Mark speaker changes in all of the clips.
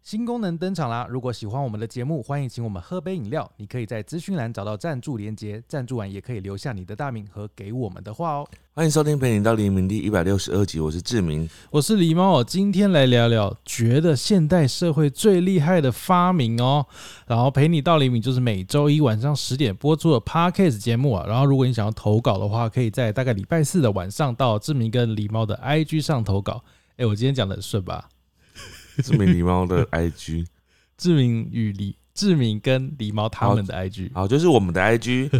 Speaker 1: 新功能登场啦！如果喜欢我们的节目，欢迎请我们喝杯饮料。你可以在资讯栏找到赞助连结，赞助完也可以留下你的大名和给我们的话哦。
Speaker 2: 欢迎收听《陪你到黎明》第一百六十二集，我是志明。
Speaker 1: 我是狸猫哦，今天来聊聊觉得现代社会最厉害的发明哦。然后陪你到黎明就是每周一晚上十点播出的 podcast 节目啊。然后如果你想要投稿的话，可以在大概礼拜四的晚上到志明跟狸猫的 IG 上投稿。哎，我今天讲的很顺吧？
Speaker 2: 志明狸 猫的 IG，
Speaker 1: 志明与狸，志明跟狸猫他们的 IG。
Speaker 2: 好，就是我们的 IG，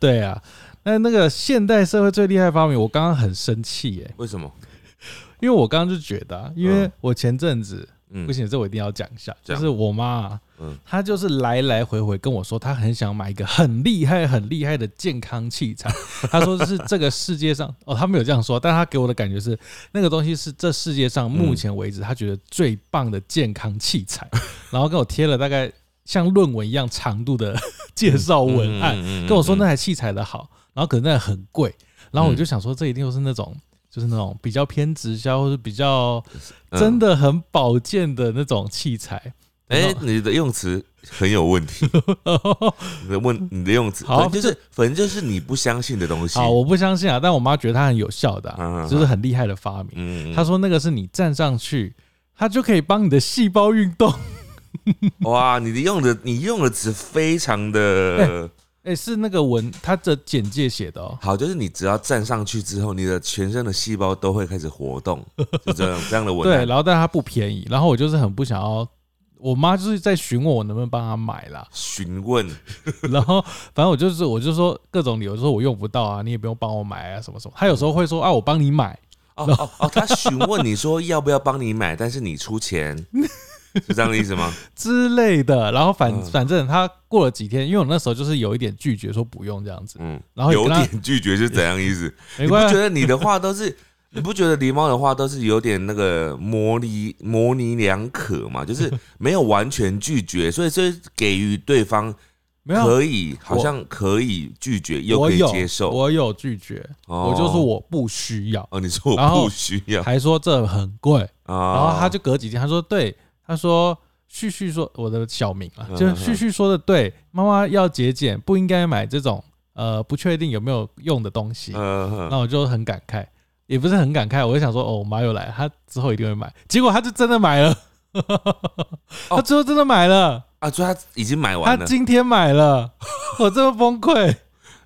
Speaker 1: 对啊，那那个现代社会最厉害的发明，我刚刚很生气耶、
Speaker 2: 为什么？
Speaker 1: 因为我刚刚就觉得啊、因为
Speaker 2: 嗯
Speaker 1: 我前阵子
Speaker 2: 嗯
Speaker 1: 不，行，这我一定要讲一下。就
Speaker 2: 讲
Speaker 1: 是我妈啊，
Speaker 2: 嗯
Speaker 1: 她就是来来回回跟我说，她很想买一个很厉害、很厉害的健康器材。她说是这个世界上，哦，她没有这样说，但她给我的感觉是，那个东西是这世界上
Speaker 2: 嗯
Speaker 1: 目前为止她觉得最棒的健康器材。然后跟我贴了大概像论文一样长度的 介绍文案，
Speaker 2: 嗯
Speaker 1: 跟我说那台器材的好，然后可能那台很贵，然后我就
Speaker 2: 嗯
Speaker 1: 想说，这一定又是那种。就是那种比较偏直销，或者比较真，的很保健的那种器材。
Speaker 2: 嗯哎，你的用词很有问题，你 的问你的用词，
Speaker 1: 好
Speaker 2: 反正就是反正就是你不相信的东西。
Speaker 1: 好，我不相信啊，但我妈觉得它很有效的啊、
Speaker 2: 嗯
Speaker 1: 就是很厉害的发明。
Speaker 2: 嗯，嗯
Speaker 1: 她说那个是你站上去，它就可以帮你的细胞运 动。
Speaker 2: 哇，你的用的你用的词非常的
Speaker 1: 哎、是那个文，它的简介写的哦。
Speaker 2: 好，就是你只要站上去之后，你的全身的细胞都会开始活动，就这样这样的文
Speaker 1: 对，
Speaker 2: 案。，
Speaker 1: 然后但它不便宜，然后我就是很不想要。我妈就是在询问我能不能帮她买啦
Speaker 2: 询问，
Speaker 1: 然后反正我就是我就说各种理由，就说我用不到啊，你也不用帮我买啊，什么什么。她有时候会说啊，我帮你买，
Speaker 2: 哦哦哦，他询问你说要不要帮你买，但是你出钱，是这样的意思吗？
Speaker 1: 之类的。然后反、
Speaker 2: 嗯
Speaker 1: 反正他过了几天，因为我那时候就是有一点拒绝说不用这样子，
Speaker 2: 嗯，
Speaker 1: 然后你
Speaker 2: 有
Speaker 1: 跟他
Speaker 2: 点拒绝是怎样意思？
Speaker 1: 没
Speaker 2: 你不
Speaker 1: 关
Speaker 2: 觉
Speaker 1: 系。啊
Speaker 2: 得你的话都是，你不觉得狸猫的话都是有点那个模棱模棱两可嘛？就是没有完全拒绝，所以所以给予对方
Speaker 1: 没有，
Speaker 2: 可以，好像可以拒绝又
Speaker 1: 我
Speaker 2: 可以
Speaker 1: 有
Speaker 2: 接受。
Speaker 1: 我有拒绝，
Speaker 2: 哦
Speaker 1: 我就说我不需要，
Speaker 2: 哦，你说
Speaker 1: 然
Speaker 2: 我
Speaker 1: 后
Speaker 2: 不需要
Speaker 1: 还说这很贵，
Speaker 2: 啊
Speaker 1: 然后他就隔几天他说对，他说。旭旭说：“我的小名啊，
Speaker 2: 嗯
Speaker 1: 就是
Speaker 2: 嗯
Speaker 1: 旭旭说的对，妈妈要节俭，不应该买这种呃不确定有没有用的东西。
Speaker 2: 呃
Speaker 1: 那我就很感慨，也不是很感慨，我就想说，哦，我妈又来，她之后一定会买。结果她就真的买了，她最后真的买了，
Speaker 2: 啊，所以他已经买
Speaker 1: 她
Speaker 2: 哦完了，
Speaker 1: 今天买了，我这么崩溃，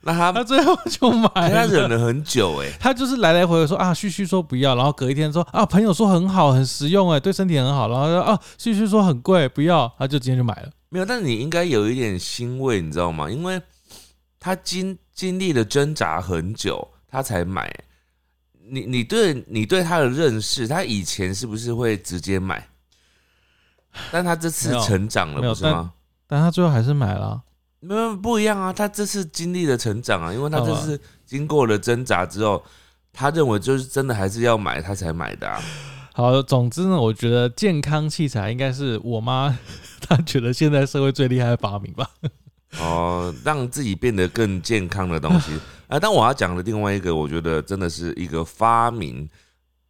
Speaker 2: 那他
Speaker 1: 她最后就 买
Speaker 2: 他忍
Speaker 1: 了。
Speaker 2: 了很久哎。
Speaker 1: 她就是来来回回说啊，旭旭说不要，然后隔一天说啊，朋友说很好，很实用哎，对身体很好，然后说啊，旭旭说很贵，不要，她就今天就买了。
Speaker 2: 没有，但你应该有一点欣慰，你知道吗？因为他经经历了挣扎很久，他才买。你你对你对他的认识，他以前是不是会直接买？但他这次
Speaker 1: 没有
Speaker 2: 成长
Speaker 1: 没
Speaker 2: 了，
Speaker 1: 有
Speaker 2: 不是吗？
Speaker 1: 但她最后还是买了啊，
Speaker 2: 没有不一样啊，他这次经历了成长啊，因为他
Speaker 1: 好
Speaker 2: 这
Speaker 1: 吧
Speaker 2: 次经过了挣扎之后，他认为就是真的还是要买，他才买的啊。
Speaker 1: 好，总之呢，我觉得健康器材应该是我妈 她觉得现在社会最厉害的发明吧。
Speaker 2: 哦，让自己变得更健康的东西啊！但我要讲的另外一个，我觉得真的是一个发明，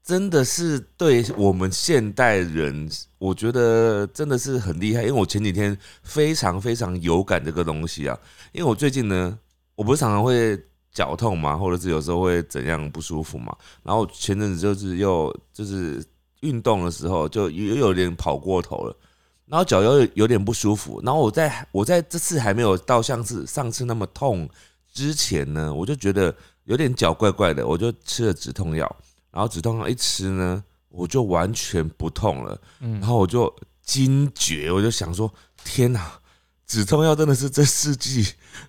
Speaker 2: 真的是对我们现代人，我觉得真的是很厉害。因为我前几天非常非常有感这个东西啊，因为我最近呢，我不是常常会脚痛嘛，或者是有时候会怎样不舒服嘛，然后前阵子就是又就是运动的时候就又又有点跑过头了。然后脚又有点不舒服，然后我在我在这次还没有到像次上次那么痛之前呢，我就觉得有点脚怪怪的，我就吃了止痛药，然后止痛药一吃呢，我就完全不痛了，
Speaker 1: 嗯
Speaker 2: 然后我就惊觉，我就想说，天哪，止痛药真的是这世纪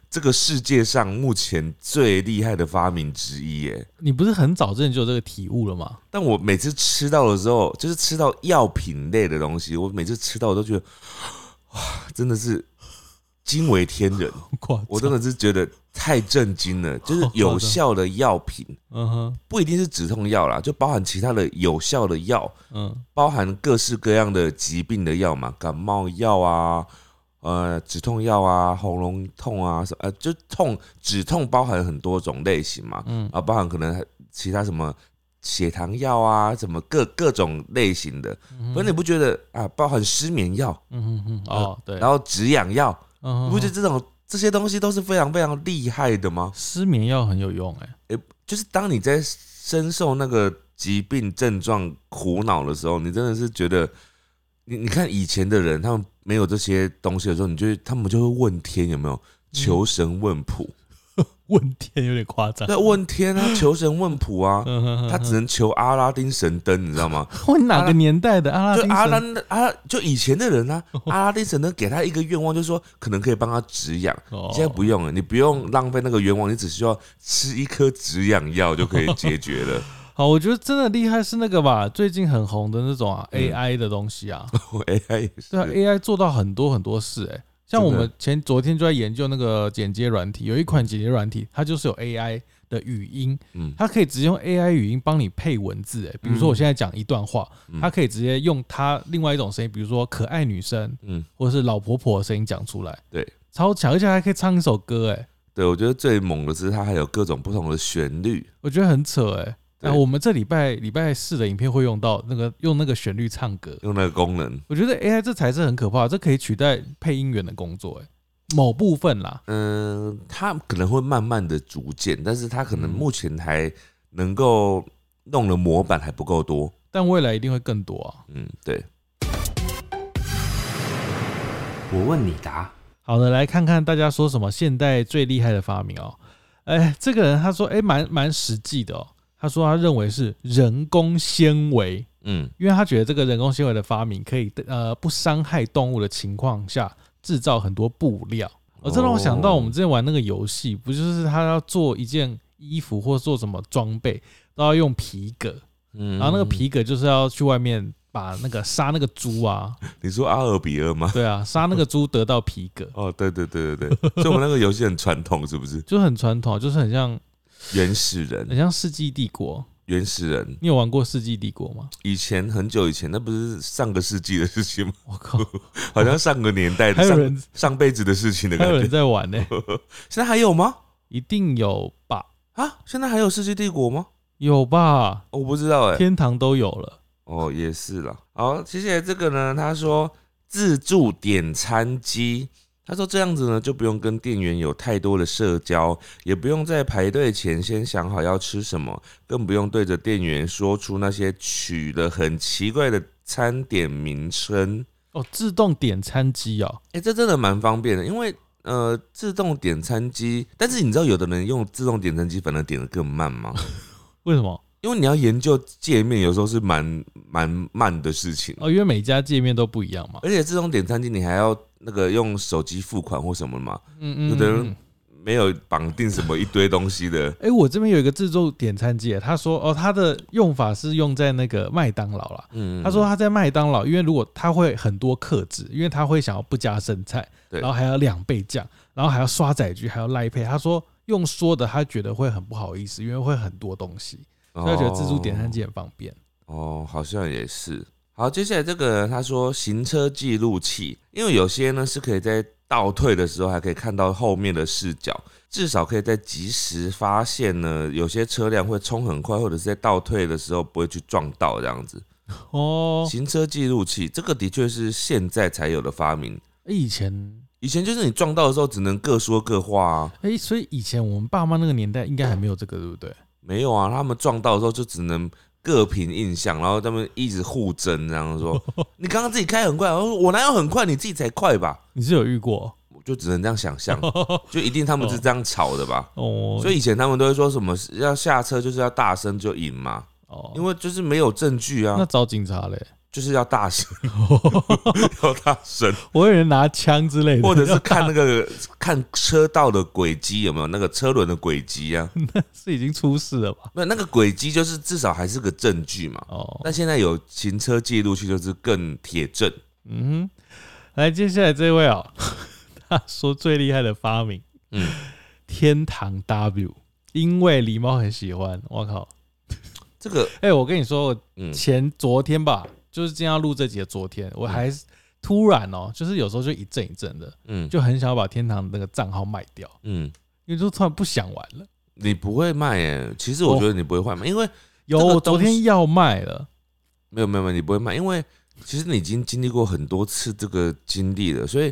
Speaker 2: 这个世界上目前最厉害的发明之一耶！
Speaker 1: 你不是很早之前就有这个体悟了吗？
Speaker 2: 但我每次吃到的时候，就是吃到药品类的东西，我每次吃到我都觉得，哇，真的是惊为天人！
Speaker 1: 夸张
Speaker 2: 我真，的是觉得太震惊了。就是有效的药品，
Speaker 1: 嗯哼，
Speaker 2: 不一定是止痛药啦，就包含其他的有效的药，
Speaker 1: 嗯，
Speaker 2: 包含各式各样的疾病的药嘛，感冒药啊，呃，止痛药啊，喉咙痛啊，什么呃，就痛止痛包含很多种类型嘛，
Speaker 1: 嗯
Speaker 2: 啊，包含可能其他什么血糖药啊，什么各各种类型的。
Speaker 1: 嗯
Speaker 2: 可是你
Speaker 1: 哼
Speaker 2: 不觉得啊，包含失眠药，
Speaker 1: 嗯嗯嗯，哦，对，
Speaker 2: 然后止痒药，
Speaker 1: 嗯
Speaker 2: 你不觉得这种这些东西都是非常非常厉害的吗？
Speaker 1: 失眠药很有用哎、
Speaker 2: 就是当你在深受那个疾病症状苦恼的时候，你真的是觉得，你你看以前的人，他们没有这些东西的时候，你就会他们就会问天有没
Speaker 1: 嗯
Speaker 2: 有求神问卜，
Speaker 1: 问天有点夸张，
Speaker 2: 对，问天啊，求神问卜啊，
Speaker 1: 嗯哼哼
Speaker 2: 他只能求阿拉丁神灯，你知道吗？
Speaker 1: 我哪个年代的 阿拉
Speaker 2: 就
Speaker 1: 丁
Speaker 2: 阿拉
Speaker 1: 神哦
Speaker 2: 阿拉就以前的人啊，阿拉丁神灯给他一个愿望，就说可能可以帮他止痒。
Speaker 1: 哦
Speaker 2: 现在不用了，你不用浪费那个愿望，你只需要吃一颗止痒药就可以解决 了。
Speaker 1: 好，我觉得真的厉害是那个吧，最近很红的那种啊
Speaker 2: 嗯
Speaker 1: AI 的东西啊，
Speaker 2: 我 AI 也是
Speaker 1: 对啊 AI 做到很多很多事哎、像我
Speaker 2: 真的
Speaker 1: 们前昨天就在研究那个剪接软体，有一款剪接软体，它就是有 AI 的语音，
Speaker 2: 嗯
Speaker 1: 它可以直接用 AI 语音帮你配文字哎、比如说我现在讲一段话，
Speaker 2: 嗯
Speaker 1: 它可以直接用它另外一种声音，比如说可爱女生
Speaker 2: 嗯，
Speaker 1: 或是老婆婆的声音讲出来，
Speaker 2: 对，
Speaker 1: 超强，而且还可以唱一首歌哎、
Speaker 2: 对，我觉得最猛的是它还有各种不同的旋律。
Speaker 1: 我觉得很扯哎、
Speaker 2: 对
Speaker 1: 那、我们这礼拜礼拜四的影片会用到那个用那个旋律唱歌，
Speaker 2: 用那个功能，
Speaker 1: 我觉得 AI 这才是很可怕，这可以取代配音员的工作哎、某部分啦。
Speaker 2: 嗯、它可能会慢慢的逐渐，但是它可能
Speaker 1: 嗯
Speaker 2: 目前还能够弄的模板还不够多。
Speaker 1: 但未来一定会更多啊。
Speaker 2: 嗯，对，
Speaker 3: 我问你答。
Speaker 1: 好的，来看看大家说什么现代最厉害的发明哦。哎，这个人他说，哎，蛮蛮实际的哦。他说他认为是人工纤维，
Speaker 2: 嗯
Speaker 1: 因为他觉得这个人工纤维的发明可以呃不伤害动物的情况下制造很多布料。哦，这让我想到我们之前玩那个游戏，不就是他要做一件衣服或做什么装备都要用皮革，
Speaker 2: 嗯
Speaker 1: 然啊后那个，皮革就是要去外面把那个杀那个猪啊，
Speaker 2: 你说阿尔比尔吗？
Speaker 1: 对啊，杀那个猪得到皮革。
Speaker 2: 哦，对对对对对，所以我们那个游戏很传统，是不是？
Speaker 1: 就很传统，就是很像
Speaker 2: 原始
Speaker 1: 很
Speaker 2: 人，
Speaker 1: 像《世纪帝国》。
Speaker 2: 原始人，
Speaker 1: 你有玩过《世纪帝国》吗？
Speaker 2: 以前很久以前，那不是上个世纪的事情吗？
Speaker 1: 我靠，
Speaker 2: 好像上个年代
Speaker 1: 还有
Speaker 2: 的上
Speaker 1: 人
Speaker 2: 上辈子的事情的
Speaker 1: 还
Speaker 2: 感
Speaker 1: 有人
Speaker 2: 觉。
Speaker 1: 在玩呢、
Speaker 2: 现在还有吗？
Speaker 1: 一定有吧？
Speaker 2: 啊，现在还有世纪帝国吗？
Speaker 1: 有吧？
Speaker 2: 哦我不知道哎、
Speaker 1: 天堂都有了。
Speaker 2: 哦，也是啦。好，接下来这个呢，他说自助点餐机，他说这样子呢就不用跟店员有太多的社交，也不用在排队前先想好要吃什么，更不用对着店员说出那些取的很奇怪的餐点名称。
Speaker 1: 哦，自动点餐机哦，
Speaker 2: 哎、这真的蛮方便的，因为呃，自动点餐机，但是你知道有的人用自动点餐机反而点的更慢吗？
Speaker 1: 为什么？
Speaker 2: 因为你要研究界面，有时候是蛮蛮慢的事情。
Speaker 1: 哦，因为每家界面都不一样嘛。
Speaker 2: 而且自动点餐机你还要那个用手机付款或什么嘛，
Speaker 1: 嗯
Speaker 2: 有
Speaker 1: 嗯
Speaker 2: 的
Speaker 1: 嗯。
Speaker 2: 人
Speaker 1: 嗯。
Speaker 2: 没有绑定什么一堆东西的
Speaker 1: 哎、我这边有一个自助点餐机耶，他说哦，他的用法是用在那个麦当劳啦。
Speaker 2: 嗯，
Speaker 1: 他说他在麦当劳，因为如果他会很多克制，因为他会想要不加生菜，
Speaker 2: 对
Speaker 1: 然后还要两倍酱，然后还要刷载具，还要赖配。他说用说的，他觉得会很不好意思，因为会很多东西，所以他觉得自助点餐机很方便。
Speaker 2: 哦，好像也是。好，接下来这个他说行车记录器，因为有些呢是可以在倒退的时候还可以看到后面的视角，至少可以在及时发现呢有些车辆会冲很快，或者是在倒退的时候不会去撞到这样子。
Speaker 1: 哦，
Speaker 2: 行车记录器这个的确是现在才有的发明，
Speaker 1: 以前
Speaker 2: 以前就是你撞到的时候只能各说各话啊。
Speaker 1: 哎、所以以前我们爸妈那个年代应该还没有这个，对不对？
Speaker 2: 没有啊，他们撞到的时候就只能各凭印象，然后他们一直互争，这样 说：“你刚刚自己开很快。”我说：“我哪有很快？你自己才快吧
Speaker 1: 你是有遇过？？”
Speaker 2: 我就只能这样想象，就一定他们是这样吵的吧？
Speaker 1: 哦，
Speaker 2: 所以以前他们都会说什么要下车就是要大声就赢嘛，
Speaker 1: 哦，
Speaker 2: 因为就是没有证据
Speaker 1: 那
Speaker 2: 啊，
Speaker 1: 找警察嘞，
Speaker 2: 就是要大 声，要大声，
Speaker 1: 我有人拿枪之类的，
Speaker 2: 或者是看那个看车道的轨迹有没有那个车轮的轨迹 啊？
Speaker 1: 是已经出事了吧？
Speaker 2: 那那个轨迹就是至少还是个证据嘛。
Speaker 1: 哦，
Speaker 2: 那现在有行车记录器，就是更铁证。
Speaker 1: 嗯哼，来，接下来这位哦， 他说最厉害的发明，
Speaker 2: 嗯，
Speaker 1: 天堂 W，因为狸猫很喜欢。我靠，
Speaker 2: 这个，
Speaker 1: 哎、我跟你说，我
Speaker 2: 嗯
Speaker 1: 前昨天吧，就是今天要录这集的昨天，我还是突然哦，就是有时候就一阵一阵的，
Speaker 2: 嗯
Speaker 1: 就很想要把天堂的那个账号卖掉，
Speaker 2: 嗯，
Speaker 1: 因为就突然不想玩了。哦
Speaker 2: 你不会卖耶、其实我觉得你不会卖，因为
Speaker 1: 有，
Speaker 2: 这个
Speaker 1: 我昨
Speaker 2: 东西
Speaker 1: 天要卖了。
Speaker 2: 没有没有没有，你不会卖，因为其实你已经经历过很多次这个经历了，所以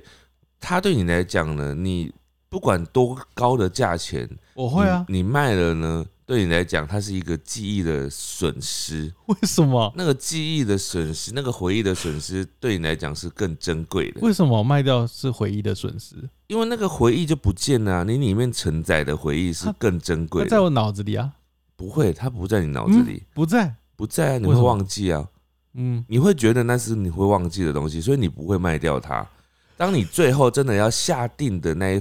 Speaker 2: 它对你来讲呢，你不管多高的价钱，
Speaker 1: 我会啊，
Speaker 2: 你，你卖了呢，对你来讲，它是一个记忆的损失，
Speaker 1: 为什么？
Speaker 2: 那个记忆的损失，那个回忆的损失，对你来讲是更珍贵的，
Speaker 1: 为什么卖掉是回忆的损失？
Speaker 2: 因为那个回忆就不见了啊、你里面承载的回忆是
Speaker 1: 它
Speaker 2: 更珍贵
Speaker 1: 它啊在
Speaker 2: 的，
Speaker 1: 我脑子里啊，
Speaker 2: 不会，它不在你脑子
Speaker 1: 嗯
Speaker 2: 里，
Speaker 1: 不在。
Speaker 2: 不在啊，你
Speaker 1: 为
Speaker 2: 会
Speaker 1: 什么
Speaker 2: 忘记啊，
Speaker 1: 嗯，
Speaker 2: 你会觉得那是你会忘记的东西，所以你不会卖掉它。当你最后真的要下定的那一，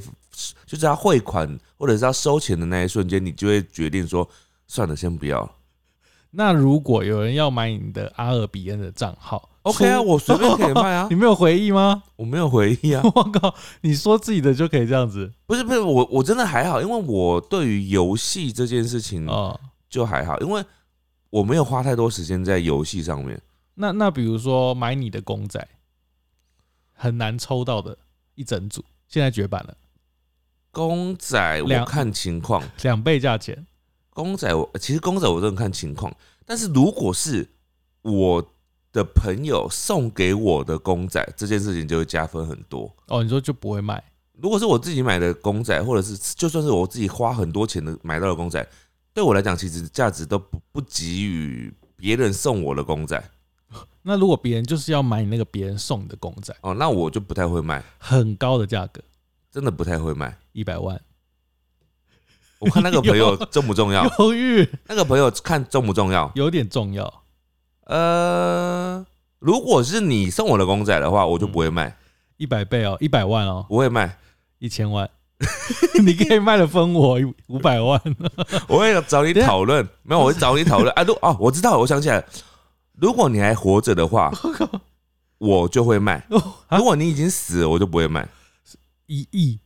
Speaker 2: 就是要汇款或者是要收钱的那一瞬间，你就会决定说，算了，先不要。
Speaker 1: 那如果有人要买你的阿尔比恩的账号
Speaker 2: OK 啊，
Speaker 1: 出
Speaker 2: 我随便可以卖啊
Speaker 1: 你，没有回忆吗？，
Speaker 2: 我没有回忆啊
Speaker 1: 我靠，你说自己的就可以这样子
Speaker 2: 不是不是，我我真的还好，因为我对于游戏这件事情
Speaker 1: 哦。
Speaker 2: 就还好，因为我没有花太多时间在游戏上面。
Speaker 1: 那那比如说买你的公仔，很难抽到的一整组，现在绝版了，
Speaker 2: 公仔我
Speaker 1: 两
Speaker 2: 看情况，
Speaker 1: 两倍价钱。
Speaker 2: 公仔我其实公仔我真的看情况，但是如果是我的朋友送给我的公仔，这件事情就会加分很多。
Speaker 1: 哦，你说就不会卖
Speaker 2: 如果是我自己买的公仔，或者是就算是我自己花很多钱的买到的公仔，对我来讲其实价值都不不及于别人送我的公仔
Speaker 1: 那如果别人就是要买你那个别人送你的公仔，
Speaker 2: 哦，那我就不太会卖，
Speaker 1: 很高的价格，
Speaker 2: 真的不太会卖。
Speaker 1: 一百万，
Speaker 2: 我看那个朋友重不重要，
Speaker 1: 犹豫
Speaker 2: 那个朋友看重不重要。
Speaker 1: 有点重要。
Speaker 2: 呃，如果是你送我的公仔的话，我就不会
Speaker 1: 嗯
Speaker 2: 卖，
Speaker 1: 一百倍哦，一百万哦，
Speaker 2: 不会卖。
Speaker 1: 一千万， 你可以卖了分我五百万。
Speaker 2: 我会找你讨论，没有，我会找你讨论。啊，如哦，我知道了，我想起来了，如果你还活着 的话，我就会卖；
Speaker 1: 啊
Speaker 2: 如果你已经死了，我就不会卖。
Speaker 1: 一亿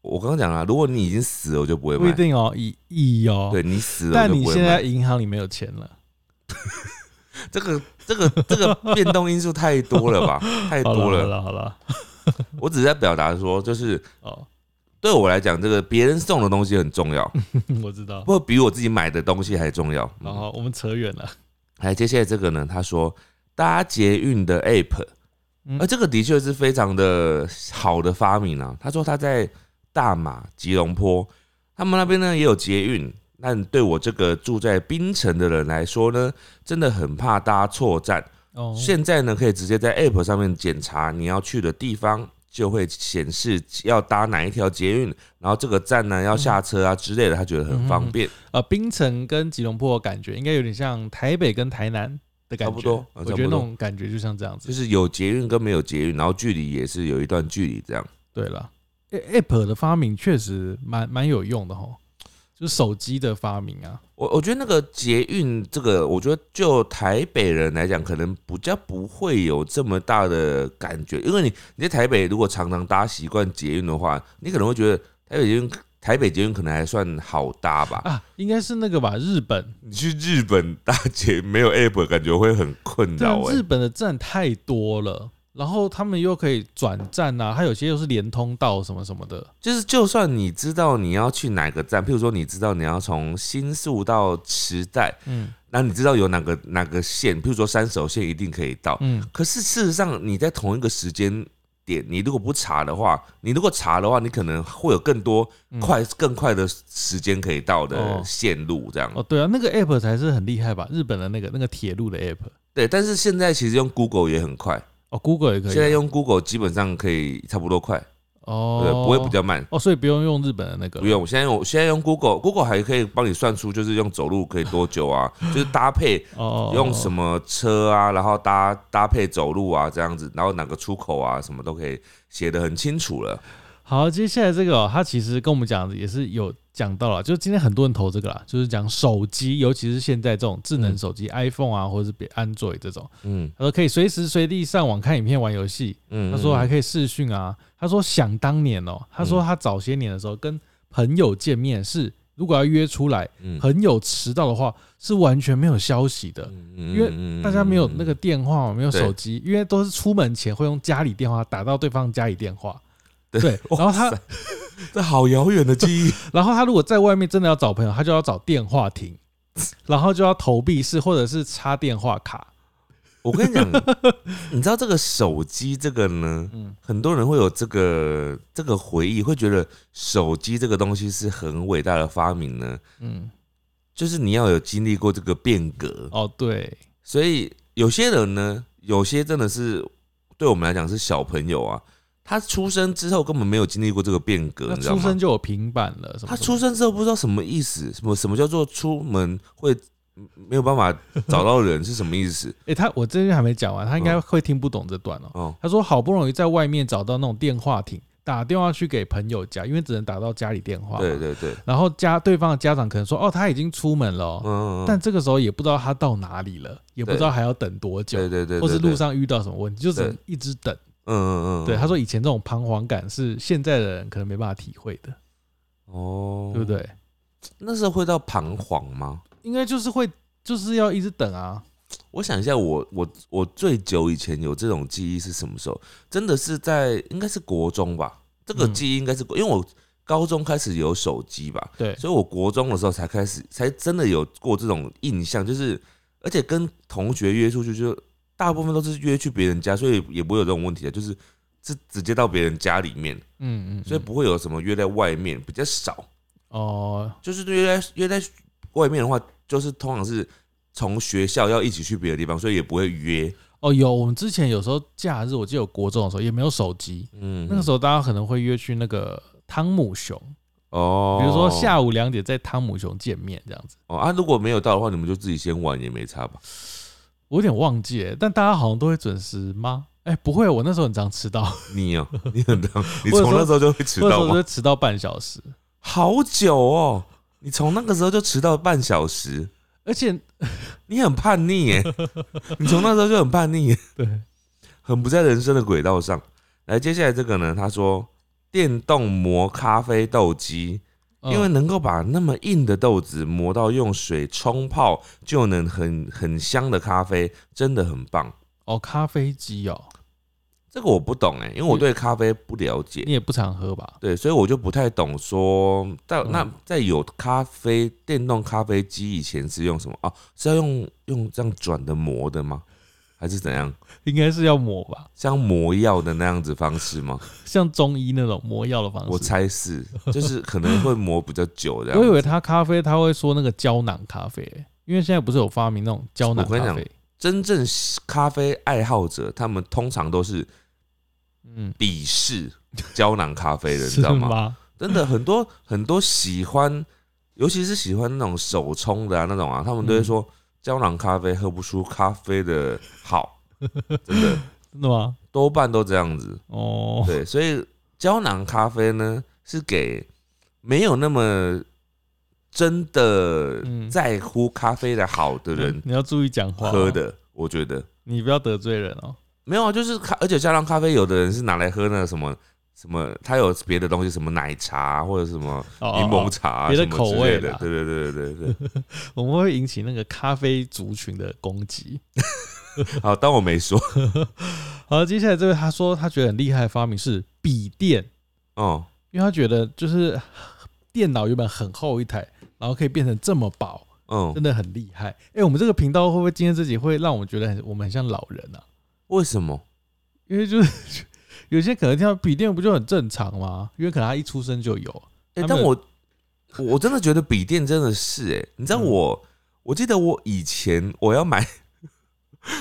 Speaker 2: 我刚刚讲了，如果你已经死了，我就不会
Speaker 1: 不一
Speaker 2: 卖。
Speaker 1: 定哦，一亿哦。
Speaker 2: 对，你死了，我
Speaker 1: 但
Speaker 2: 就
Speaker 1: 你
Speaker 2: 不会
Speaker 1: 现在
Speaker 2: 卖。
Speaker 1: 银行里没有钱了。
Speaker 2: 这个这个 这个变动因素太多了吧？太
Speaker 1: 好
Speaker 2: 多
Speaker 1: 了，好
Speaker 2: 了。
Speaker 1: 了，好了。
Speaker 2: 我只是在表达说，就是
Speaker 1: 哦，
Speaker 2: 对我来讲，这个别人送的东西很重要，
Speaker 1: 我知道。
Speaker 2: 不过比我自己买的东西还重要。嗯
Speaker 1: 然后我们扯远了。
Speaker 2: 来，接下来这个呢，他说搭捷运的 App，呃
Speaker 1: 嗯
Speaker 2: 而这个的确是非常的好的发明啊。他说他在大马、吉隆坡，他们那边呢也有捷运，但对我这个住在槟城的人来说呢，真的很怕搭错站。
Speaker 1: 哦，
Speaker 2: 现在呢，可以直接在 App 上面检查你要去的地方，就会显示要搭哪一条捷运，然后这个站呢要下车啊之类的，他觉得很方便。
Speaker 1: 呃，槟城跟吉隆坡的感觉应该有点像台北跟台南的感觉，
Speaker 2: 差不多
Speaker 1: 我
Speaker 2: 啊
Speaker 1: 觉得
Speaker 2: 差不
Speaker 1: 那
Speaker 2: 多
Speaker 1: 种感觉就像这样子
Speaker 2: 就。是有捷运跟没有捷运，然后距离也是有一段距离这样。
Speaker 1: 对了，A-，App 的发明确实蛮蛮有用的吼，就是手机的发明啊。
Speaker 2: 我我觉得那个捷运这个，我觉得就台北人来讲，可能比较不会有这么大的感觉，因为你你在台北如果常常搭习惯捷运的话，你可能会觉得台北捷运台北捷运可能还算好搭吧。
Speaker 1: 啊，应该是那个吧，日本。
Speaker 2: 你去日本搭捷没有 app，感觉会很困
Speaker 1: 但
Speaker 2: 扰
Speaker 1: 啊
Speaker 2: 哎、
Speaker 1: 日本的站太多了，然后他们又可以转站啊，它有些又是连通道什么什么的。
Speaker 2: 就是就算你知道你要去哪个站，譬如说你知道你要从新宿到池袋，
Speaker 1: 嗯
Speaker 2: 那你知道有哪个哪个线，譬如说三手线一定可以到，
Speaker 1: 嗯，
Speaker 2: 可是事实上，你在同一个时间点，你如果不查的话，你如果查的话，你可能会有更多
Speaker 1: 嗯
Speaker 2: 快、更快的时间可以到
Speaker 1: 哦
Speaker 2: 的线路这样。
Speaker 1: 哦，对啊，那个 App 才是很厉害吧？日本的那个那个铁路的 App，
Speaker 2: 对，但是现在其实用 Google 也很快，
Speaker 1: 哦，Google 也可以啊。
Speaker 2: 现在用 Google 基本上可以差不多快，对，
Speaker 1: 哦，
Speaker 2: 不会比较慢。
Speaker 1: 哦，所以不用用日本的那个，
Speaker 2: 不用，我现在用我现在用 Google，Google 还可以帮你算出，就是用走路可以多久 啊，就是搭配
Speaker 1: 哦，
Speaker 2: 用什？么车啊，然后搭搭配走路啊这样子，然后哪个出口啊，什么都可以写得很清楚了。
Speaker 1: 好，接下来这个、哦，他其实跟我们讲的也是有讲到了，就是今天很多人投这个啦，就是讲手机，尤其是现在这种智能手机、iPhone 啊，或者是别 Android 这种，
Speaker 2: 嗯
Speaker 1: 他说可以随时随地上网看影片、玩游戏，
Speaker 2: 嗯，
Speaker 1: 他说
Speaker 2: 嗯
Speaker 1: 还可以视讯啊，他说想当年哦，他说他早些年的时候跟朋友见面是，如果要约出来，
Speaker 2: 嗯
Speaker 1: 朋友迟到的话是完全没有消息的，
Speaker 2: 嗯
Speaker 1: 因
Speaker 2: 为
Speaker 1: 大家没
Speaker 2: 嗯
Speaker 1: 有那个电话，没有
Speaker 2: 对
Speaker 1: 手机，因为都是出门前会用家里电话打到对方家里电话。
Speaker 2: 对
Speaker 1: 对，然后他，
Speaker 2: 这好遥远的记忆，
Speaker 1: 然后他如果在外面真的要找朋友，他就要找电话亭，然后就要投币式或者是插电话卡。
Speaker 2: 我 跟你讲，你知道这个手机这个呢，
Speaker 1: 嗯
Speaker 2: 很多人会有这个这个回忆，会觉得手机这个东西是很伟大的发明呢。
Speaker 1: 嗯，
Speaker 2: 就是你要有经历过这个变革，
Speaker 1: 哦对，
Speaker 2: 所以有些人呢，有些真的是对我们来讲是小朋友啊，他出生之后根本没有经历过这个变革，
Speaker 1: 那
Speaker 2: 你知道
Speaker 1: 出
Speaker 2: 吗
Speaker 1: 生？就有平板了，什么
Speaker 2: 他
Speaker 1: 什
Speaker 2: 出
Speaker 1: 么
Speaker 2: 生之后不知道什么意思，什么什么叫做出门会没有办法找到人是什么意思？
Speaker 1: 诶，他我这边还没讲完，他应
Speaker 2: 嗯
Speaker 1: 该会听不懂这段哦。
Speaker 2: 哦，
Speaker 1: 他说好不容易在外面找到那种电话亭，打电话去给朋友家，因为只能打到家里电话。
Speaker 2: 对。对对，
Speaker 1: 然后家对方的家长可能说哦他已经出门了哦、
Speaker 2: 嗯，嗯嗯
Speaker 1: 但这个时候也不知道他到哪里了，也不知道还要等多久，
Speaker 2: 对对对，
Speaker 1: 或是
Speaker 2: 对
Speaker 1: 路，上遇到什么问题，就只能
Speaker 2: 对
Speaker 1: 一直等。
Speaker 2: 对嗯嗯嗯，
Speaker 1: 对，他说以前这种彷徨感是现在的人可能没办法体会的，
Speaker 2: 哦，
Speaker 1: 对不？对？
Speaker 2: 那时候会到彷徨吗？
Speaker 1: 应该就是会就是要一直等啊。
Speaker 2: 我想一下我，我我最久以前有这种记忆是什么时候？真的是在应该是国中吧，这个
Speaker 1: 嗯
Speaker 2: 记忆应该是国，因为我高中开始有手机吧，
Speaker 1: 对，
Speaker 2: 所以我国中的时候才开始，才真的有过这种印象，就是而且跟同学约出去，就大部分都是约去别人家，所以也不会有这种问题的，就是是直接到别人家里面，
Speaker 1: 嗯嗯，
Speaker 2: 所以
Speaker 1: 嗯
Speaker 2: 不会有什么约在外面，比较少。
Speaker 1: 哦，
Speaker 2: 就是约在约在外面的话，就是通常是从学校要一起去别的地方，所以也不会约。
Speaker 1: 哦，有，我们之前有时候假日，我记得有国中的时候也没有手机，
Speaker 2: 嗯
Speaker 1: 那个时候大家可能会约去那个汤姆熊，
Speaker 2: 候哦，
Speaker 1: 比如说下午两点在汤姆熊见面这样子。
Speaker 2: 哦啊，如果没有到的话，你们就自己先玩也没差吧？
Speaker 1: 我有点忘记了，但大家好像都会准时吗？哎、不会，我那时候很常迟到，
Speaker 2: 你 哦，你很当，你
Speaker 1: 我有时候
Speaker 2: 从那时候就会迟
Speaker 1: 我有时
Speaker 2: 到
Speaker 1: 候就
Speaker 2: 吗？
Speaker 1: 会迟到半小时，
Speaker 2: 好久哦，你从那个时候就迟到半小时，
Speaker 1: 而且
Speaker 2: 你很叛逆耶！ 你从那时候就很叛逆耶，
Speaker 1: 对，
Speaker 2: 很不在人生的轨道上。来，接下来这个呢？他说电动磨咖啡豆
Speaker 1: 嗯
Speaker 2: 机。因为能够把那么硬的豆子磨到用水冲泡就能很很香的咖啡，真的很棒。
Speaker 1: 哦，咖啡机哦，
Speaker 2: 这个我不懂哎、因为
Speaker 1: 嗯
Speaker 2: 我对咖啡不了解
Speaker 1: 你，也不常喝吧？
Speaker 2: 对，所以我就不太懂说，到
Speaker 1: 嗯
Speaker 2: 那在有咖啡电动咖啡机以前是用什么啊？是要用用这样转的磨的吗？还是怎样？
Speaker 1: 应该是要抹吧，
Speaker 2: 像磨药的那样子方式吗？
Speaker 1: 像中医那种磨药的方式。
Speaker 2: 我猜 啊是，就是可能会磨比较久这样
Speaker 1: 我以
Speaker 2: 子。
Speaker 1: 为他咖啡他会说那个胶囊咖啡、因为现在不是有发明那种胶囊
Speaker 2: 我跟你
Speaker 1: 咖
Speaker 2: 讲
Speaker 1: 啡？
Speaker 2: 真正咖啡爱好者，他们通常都是
Speaker 1: 嗯，
Speaker 2: 鄙视胶囊咖啡的，你
Speaker 1: 是
Speaker 2: 知道吗？
Speaker 1: 吗？
Speaker 2: 真的很多很多喜欢，尤其是喜欢那种手冲的啊那种啊，他们都会说胶囊咖啡喝不出咖啡的好，真的
Speaker 1: 真的吗？
Speaker 2: 多半都这样子。
Speaker 1: 哦，
Speaker 2: 对，所以胶囊咖啡呢是给没有那么真的
Speaker 1: 嗯
Speaker 2: 在乎咖啡的好的人
Speaker 1: 你要注意讲话、哦
Speaker 2: 喝，的，我觉得。
Speaker 1: 你不要得罪人哦。
Speaker 2: 没有啊，就是咖，而且胶囊咖啡有的人是拿来喝那个什么什么，它有别的东西，什么奶茶啊或者什么
Speaker 1: 哦
Speaker 2: 柠檬
Speaker 1: 哦
Speaker 2: 茶啊、
Speaker 1: 别的
Speaker 2: 什么
Speaker 1: 口
Speaker 2: 之类
Speaker 1: 味
Speaker 2: 的
Speaker 1: 啦，
Speaker 2: 对对对对对
Speaker 1: 哦我们会引起那个咖啡族群的攻击。
Speaker 2: 对。好，当我没说。
Speaker 1: 好，接下来这位他说他觉得很厉害的发明是笔电，
Speaker 2: 哦，
Speaker 1: 因为他觉得就是电脑原本很厚一台，然后可以变成这么薄，
Speaker 2: 嗯
Speaker 1: 真，的很厉害。哎、我们这个频道会不会今天这集会让我们觉得很我们很像老人啊？
Speaker 2: 为什么？
Speaker 1: 因为就是 有些可能听到笔电不就很正常吗？因为可能他一出生就有。他
Speaker 2: 哎、
Speaker 1: 们
Speaker 2: 但我我我真的觉得笔电真的是哎、你知道
Speaker 1: 嗯
Speaker 2: 我、我记得我以前我要买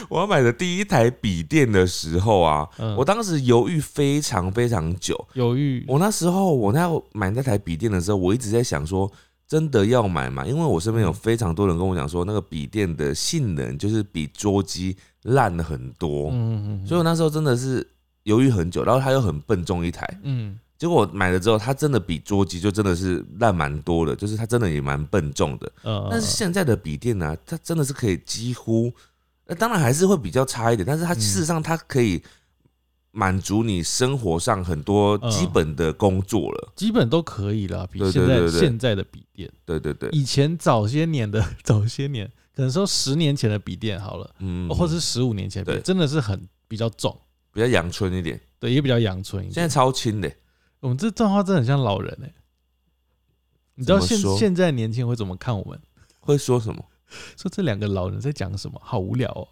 Speaker 2: 我要买的第一台笔电的时候啊，
Speaker 1: 嗯，
Speaker 2: 我当时犹豫非常非常久，
Speaker 1: 犹豫，
Speaker 2: 我那时候我那买那台笔电的时候，我一直在想说，真的要买吗？因为我身边有
Speaker 1: 嗯
Speaker 2: 非常多人跟我讲说，那个笔电的性能就是比桌机烂很多，
Speaker 1: 嗯嗯，
Speaker 2: 所以我那时候真的是犹豫很久，然后它又很笨重一台，
Speaker 1: 嗯
Speaker 2: 结果我买了之后，它真的比桌机就真的是烂蛮多的，就是它真的也蛮笨重的。
Speaker 1: 呃，
Speaker 2: 但是现在的笔电呢、啊它真的是可以几乎，那当然还是会比较差一点，但是它
Speaker 1: 嗯
Speaker 2: 事实上它可以满足你生活上很多
Speaker 1: 嗯
Speaker 2: 基本的工作了。
Speaker 1: 基本都可以了，比
Speaker 2: 对对
Speaker 1: 现在
Speaker 2: 对对
Speaker 1: 现在的笔电，
Speaker 2: 对对对，
Speaker 1: 以前早些年的 早些年，可能说十年前的笔电好了，
Speaker 2: 嗯
Speaker 1: 或是十五年前的笔电
Speaker 2: 对
Speaker 1: 真的是很比较重，
Speaker 2: 比较阳春一点，
Speaker 1: 对，也比较阳春一
Speaker 2: 现
Speaker 1: 点。
Speaker 2: 在超轻的、
Speaker 1: 我们这欸段话真的很像老人哎、你知道
Speaker 2: 怎么
Speaker 1: 现
Speaker 2: 说
Speaker 1: 现在年轻人会怎么看我们？
Speaker 2: 会说什么？
Speaker 1: 说这两个老人在讲什么，好无聊哦。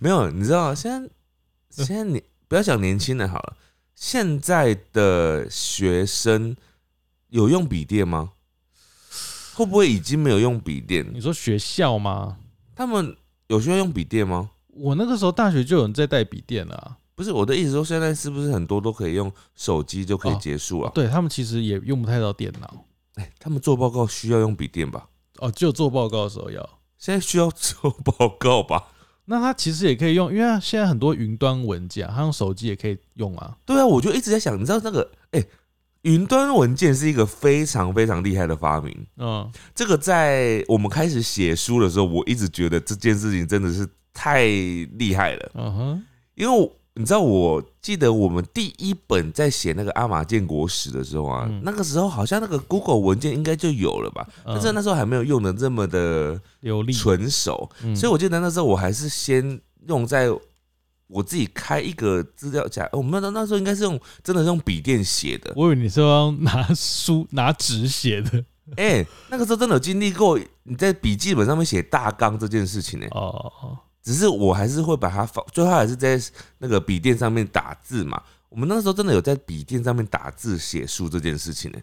Speaker 2: 没有，你知道现在现在你不要讲年轻人好了，现在的学生有用笔电吗？会不会已经没有用笔电？
Speaker 1: 你说学校吗？
Speaker 2: 他们有需要用笔电吗？
Speaker 1: 我那个时候大学就有人在带笔电了啊、
Speaker 2: 不是我的意思说，现在是不是很多都可以用手机就可以
Speaker 1: 哦
Speaker 2: 结束啊？
Speaker 1: 对他们其实也用不太到电脑
Speaker 2: 哎，他们做报告需要用笔电吧？
Speaker 1: 哦，就做报告的时候要。
Speaker 2: 现在需要做报告吧？
Speaker 1: 那他其实也可以用，因为它现在很多云端文件啊，他用手机也可以用啊。
Speaker 2: 对啊，我就一直在想，你知道那个哎，云端文件是一个非常非常厉害的发明。
Speaker 1: 嗯，
Speaker 2: 这个在我们开始写书的时候，我一直觉得这件事情真的是太厉害了，
Speaker 1: 嗯哼，
Speaker 2: 因为我你知道，我记得我们第一本在写那个《阿玛建国史》的时候啊，
Speaker 1: 嗯
Speaker 2: 那个时候好像那个 Google 文件应该就有了吧，但是
Speaker 1: 嗯
Speaker 2: 那时候还没有用的这么的
Speaker 1: 流利，
Speaker 2: 纯熟，
Speaker 1: 嗯
Speaker 2: 所以我记得那时候我还是先用在。我自己开一个资料夹，我们那那时候应该是用真的是用笔电写的，
Speaker 1: 我以为你是要拿书拿纸写的
Speaker 2: 哎、那个时候真的有经历过你在笔记本上面写大纲这件事情呢、
Speaker 1: 哦，
Speaker 2: 只是我还是会把它放，最后还是在那个笔电上面打字嘛。我们那时候真的有在笔电上面打字写书这件事情呢、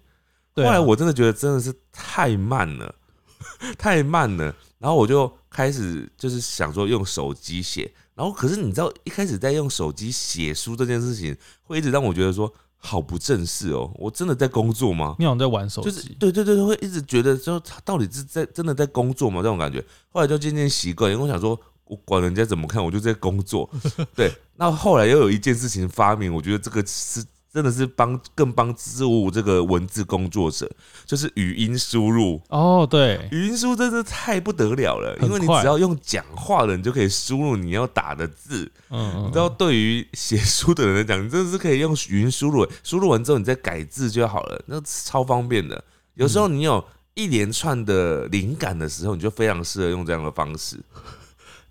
Speaker 1: 对
Speaker 2: 后
Speaker 1: 啊、
Speaker 2: 来我真的觉得真的是太慢了， 太慢了。然后我就开始就是想说用手机写，然后可是你知道一开始在用手机写书这件事情，会一直让我觉得说好不正式哦，我真的在工作吗？
Speaker 1: 你好像在玩手机，
Speaker 2: 就是对对对，会一直觉得说他到底是在真的在工作吗？这种感觉，后来就渐渐习惯，因为我想说，我管人家怎么看，我就在 工作。对，那后来又有一件事情发明，我觉得这个是真的是帮更帮支吾这个文字工作者，就是语音输入。
Speaker 1: 哦，对，
Speaker 2: 语音输入真的太不得了了，
Speaker 1: 很
Speaker 2: 因为你
Speaker 1: 快
Speaker 2: 只要用讲话了，你就可以输入你要打的字。
Speaker 1: 嗯，
Speaker 2: 你
Speaker 1: 嗯
Speaker 2: 知道，对于写书的人来讲，你真的是可以用语音输入，输入完之后你再改字就好了，那超方便的。有时候你有一连串的灵感的时候，你就非常适合用这样的方式，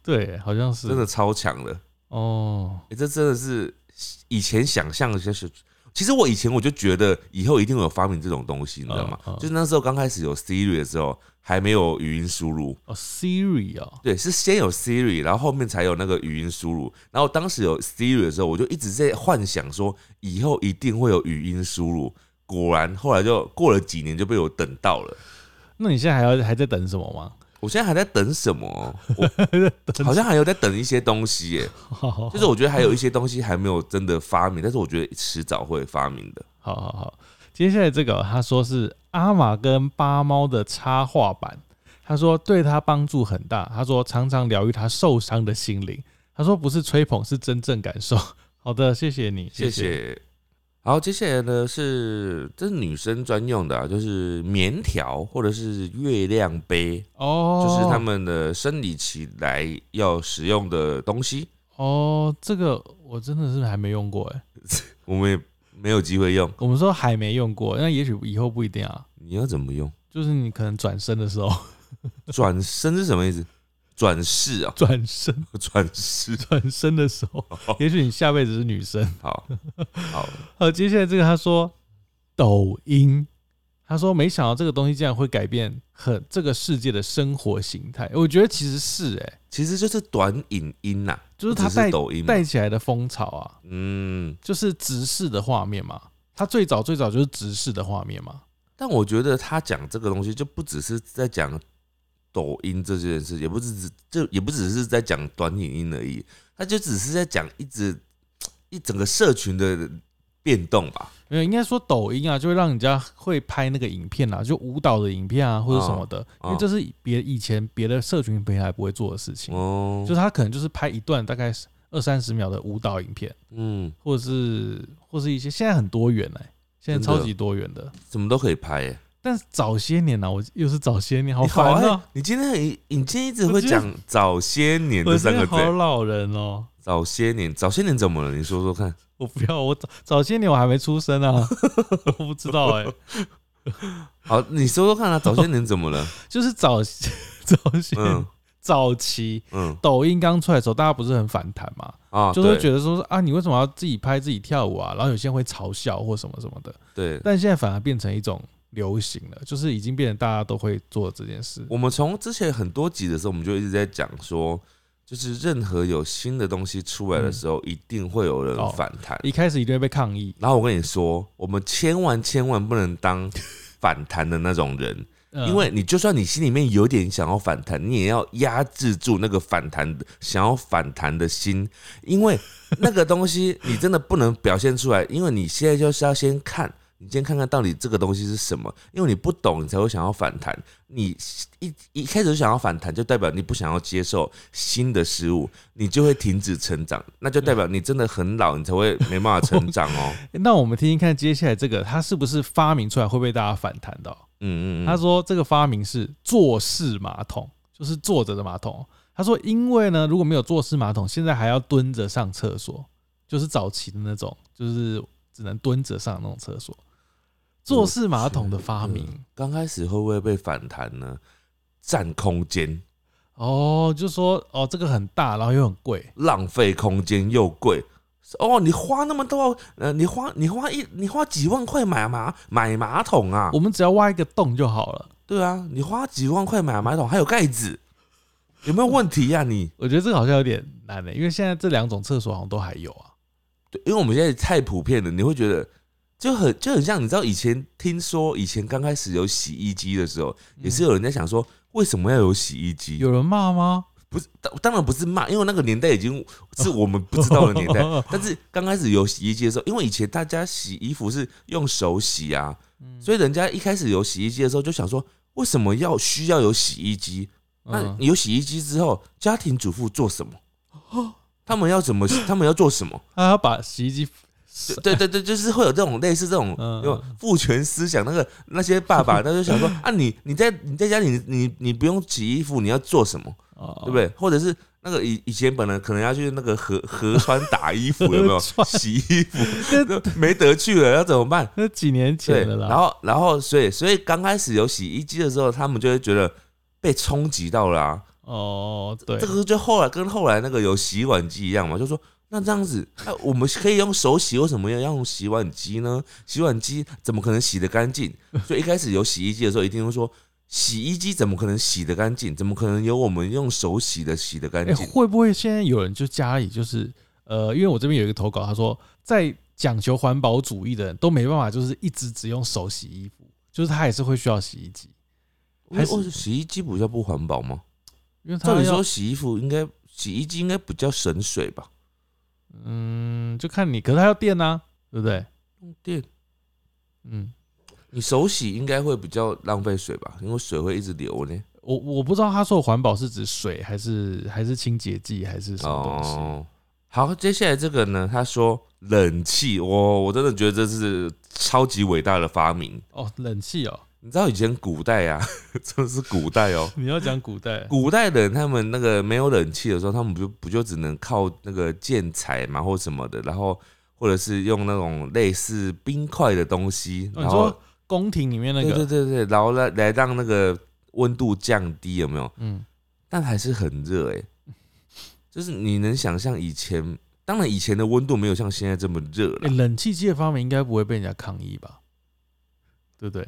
Speaker 1: 对，好像是
Speaker 2: 真的超强的。
Speaker 1: 哦，
Speaker 2: 哎、这真的是以前想象的就是。其实我以前我就觉得以后一定会有发明这种东西，你知道吗？
Speaker 1: 嗯嗯
Speaker 2: 就是那时候刚开始有 Siri 的时候，还没有语音输入，
Speaker 1: 哦，Siri 哦，
Speaker 2: 对，是先有 Siri，然后后面才有那个语音输入。然后当时有 Siri 的时候，我就一直在幻想说以后一定会有语音输入。果然，后来就过了几年就被我等到了。
Speaker 1: 那你现在还要还在等什么吗？
Speaker 2: 我现在还在等什么？我 好像还有在等一些东西 耶，
Speaker 1: 好好
Speaker 2: 就是我觉得还有一些东西还没有真的发明，但是我觉得迟早会发明的。
Speaker 1: 好好好，接下来这个他说是阿玛跟八猫的插画版，他说对他帮助很大，他说常常疗愈他受伤的心灵，他说不是吹捧，是真正感受。 好的，谢谢你，
Speaker 2: 谢
Speaker 1: 谢。
Speaker 2: 谢。好，接下来呢是这是女生专用的、啊，就是棉条或者是月亮杯。
Speaker 1: 哦，
Speaker 2: 就是他们的生理期来要使用的东西，
Speaker 1: 哦，这个我真的是还没用过哎，
Speaker 2: 我们也没有机会用。
Speaker 1: 我们说还没用过，那也许以后不一定啊。
Speaker 2: 你要怎么用？
Speaker 1: 就是你可能转身的时候，
Speaker 2: 转身是什么意思？转世啊，
Speaker 1: 转身
Speaker 2: 转世。
Speaker 1: 转身的时候，
Speaker 2: 哦
Speaker 1: 也许你下辈子是女生。
Speaker 2: 好，好，
Speaker 1: 好，接下来这个他说抖音，他说没想到这个东西竟然会改变很这个世界的生活形态。我觉得其实是哎、
Speaker 2: 其实就是短影音呐、
Speaker 1: 就是
Speaker 2: 不
Speaker 1: 它
Speaker 2: 只
Speaker 1: 带
Speaker 2: 抖音嘛啊
Speaker 1: 带起来的风潮啊，
Speaker 2: 嗯，
Speaker 1: 就是直视的画面嘛。它最早最早就是直视的画面嘛。
Speaker 2: 但我觉得他讲这个东西就不只是在讲抖音这件事，也不只是就也不只是在讲短影音而已，他就只是在讲一直一整个社群的变动吧。
Speaker 1: 没有，应该说抖音啊，就会让人家会拍那个影片啊，就舞蹈的影片啊，或者什么的，
Speaker 2: 哦
Speaker 1: 因为这是别以前别的社群平台不会做的事情，
Speaker 2: 哦，
Speaker 1: 就是他可能就是拍一段大概二三十秒的舞蹈影片，
Speaker 2: 嗯，
Speaker 1: 或是或是一些现在很多元哎、现在
Speaker 2: 真的
Speaker 1: 超级多元的。
Speaker 2: 什么都可以拍耶、
Speaker 1: 但是早些年呢、啊，我又是早些年，好
Speaker 2: 你好
Speaker 1: 烦
Speaker 2: 爱
Speaker 1: 啊！
Speaker 2: 你今天很，你今天一直
Speaker 1: 我
Speaker 2: 会
Speaker 1: 今天
Speaker 2: 讲早些年
Speaker 1: 我
Speaker 2: 这
Speaker 1: 真
Speaker 2: 三
Speaker 1: 的
Speaker 2: 个
Speaker 1: 好
Speaker 2: 字，
Speaker 1: 老人哦。
Speaker 2: 早些年，早些年怎么了？你说说看。
Speaker 1: 我不要，我早早些年我还没出生啊， 我不知道哎、
Speaker 2: 好，你说说 看啊，早些年怎么了？
Speaker 1: 就是早 早些、
Speaker 2: 嗯
Speaker 1: 早期
Speaker 2: 嗯
Speaker 1: 抖音刚出来的时候，大家不是很反弹嘛，
Speaker 2: 啊，
Speaker 1: 就是会觉
Speaker 2: 得
Speaker 1: 得说是啊，你为什么要自己拍自己跳舞啊？然后有些人会嘲笑或什么什么的，
Speaker 2: 对，
Speaker 1: 但现在反而变成一种流行了，就是已经变成大家都会做这件事。
Speaker 2: 我们从之前很多集的时候，我们就一直在讲说，就是任何有新的东西出来的时候，一定会有人
Speaker 1: 哦
Speaker 2: 反弹。
Speaker 1: 一开始一定会被抗议，
Speaker 2: 然后我跟你说，我们千万千万不能当反弹的那种人，
Speaker 1: 呃
Speaker 2: 因为你就算你心里面有点想要反弹，你也要压制住那个反弹的想要反弹的心，因为那个东西你真的不能表现出来，因为你现在就是要先看。你先看看到底这个东西是什么，因为你不懂，你才会想要反弹。你一一开始就想要反弹，就代表你不想要接受新的事物，你就会停止成长，那就代表你真的很老，你才会没办法成长哦。
Speaker 1: 那我们听听看接下来这个，他是不是发明出来会被大家反弹的哦、
Speaker 2: 嗯嗯嗯，
Speaker 1: 他说这个发明是坐式马桶，就是坐着的马桶。他说，因为呢，如果没有坐式马桶，现在还要蹲着上厕所，就是早期的那种，就是只能蹲着上那种厕所。坐式马桶的发明
Speaker 2: 嗯刚开始会不会被反弹呢？占空间，
Speaker 1: 哦，就说哦，这个很大，然后又很贵，
Speaker 2: 浪费空间又贵。哦，你花那么多，呃，你花你花一你花几万块买马买马桶啊
Speaker 1: 我？们只要挖一个洞就好了。
Speaker 2: 对啊，你花几万块买马桶还有盖子，有没有问题呀、啊你？
Speaker 1: 我觉得这个好像有点难的、欸因为现在这两种厕所好像都还有啊。
Speaker 2: 对，因为我们现在太普遍了，你会觉得就很就很像，你知道以前听说以前刚开始有洗衣机的时候，也是有人在想说为什么要有洗衣机？
Speaker 1: 嗯有人骂吗？。
Speaker 2: 不是，当当然不是骂，因为那个年代已经是我们不知道的年代 但是刚开始有洗衣机的时候，因为以前大家洗衣服是用手洗啊，
Speaker 1: 嗯
Speaker 2: 所以人家一开始有洗衣机的时候就想说，为什么要需要有洗衣机？那
Speaker 1: 嗯，
Speaker 2: 有洗衣机之后，家庭主妇做什么？
Speaker 1: 哦
Speaker 2: 他们要怎 么？他们要做什么？
Speaker 1: 他要把洗衣机
Speaker 2: 对对对，就是会有这种类似这种
Speaker 1: 嗯
Speaker 2: 那种父权思想。那个那些爸爸，他就 想说啊，你你在你在家里，你你你不用洗衣服，你要做什么？
Speaker 1: 对
Speaker 2: 对不对？
Speaker 1: 哦
Speaker 2: 或者是那个以以前本来可能要去那个河河川打衣服，有没
Speaker 1: 河
Speaker 2: 有
Speaker 1: 川
Speaker 2: 洗衣服？都没得去了，要怎么 办？
Speaker 1: 那几年
Speaker 2: 对，
Speaker 1: 前的啦。
Speaker 2: 然后然后所以所以刚开始有洗衣机的时候，他们就会觉得被冲击到了、啊。
Speaker 1: 哦，对，
Speaker 2: 这个就后来跟后来那个有洗碗机一样嘛，就说那这样子，那我们可以用手洗，为什么要用洗碗机呢？洗碗机怎么可能洗得干净？所以一开始有洗衣机的时候，一定会说。洗衣机怎么可能洗得干净？怎么可能有我们用手洗的洗得干
Speaker 1: 哎、
Speaker 2: 净？
Speaker 1: 会不会现在有人就家里就是呃，因为我这边有一个投稿，他说在讲求环保主义的人都没办法，就是一直只用手洗衣服，就是他也是会需要洗衣机，还
Speaker 2: 还
Speaker 1: 是
Speaker 2: 是洗衣机比较不环保吗？
Speaker 1: 因为他
Speaker 2: 照理
Speaker 1: 要
Speaker 2: 说洗衣服应该洗衣机应该比较省水吧？
Speaker 1: 嗯，就看你，可是他要电啊，对不对？
Speaker 2: 用电，
Speaker 1: 嗯，
Speaker 2: 你手洗应该会比较浪费水吧？因为水会一直流呢。
Speaker 1: 我我不知道他说的环保是指水还是还是清洁剂还是什么东西。
Speaker 2: 哦，好，接下来这个呢？他说冷气，我我真的觉得这是超级伟大的发明。
Speaker 1: 哦，冷气 哦，
Speaker 2: 你知道以前古代啊， 真的是古代哦、
Speaker 1: 你要讲古代，
Speaker 2: 古代人他们那个没有冷气的时候，他们不就不就只能靠那个建材嘛，或什么的，然后或者是用那种类似冰块的东西，
Speaker 1: 哦
Speaker 2: 然
Speaker 1: 你
Speaker 2: 后、
Speaker 1: 说 宫廷里面那
Speaker 2: 对
Speaker 1: 个，
Speaker 2: 对对对，然后来来让那个温度降低，有没有？
Speaker 1: 嗯，
Speaker 2: 但还是很热哎、就是你能想象以前，当然以前的温度没有像现在这么热
Speaker 1: 哎、
Speaker 2: 了。
Speaker 1: 冷气机的发明应该不会被人家抗议吧？对不对？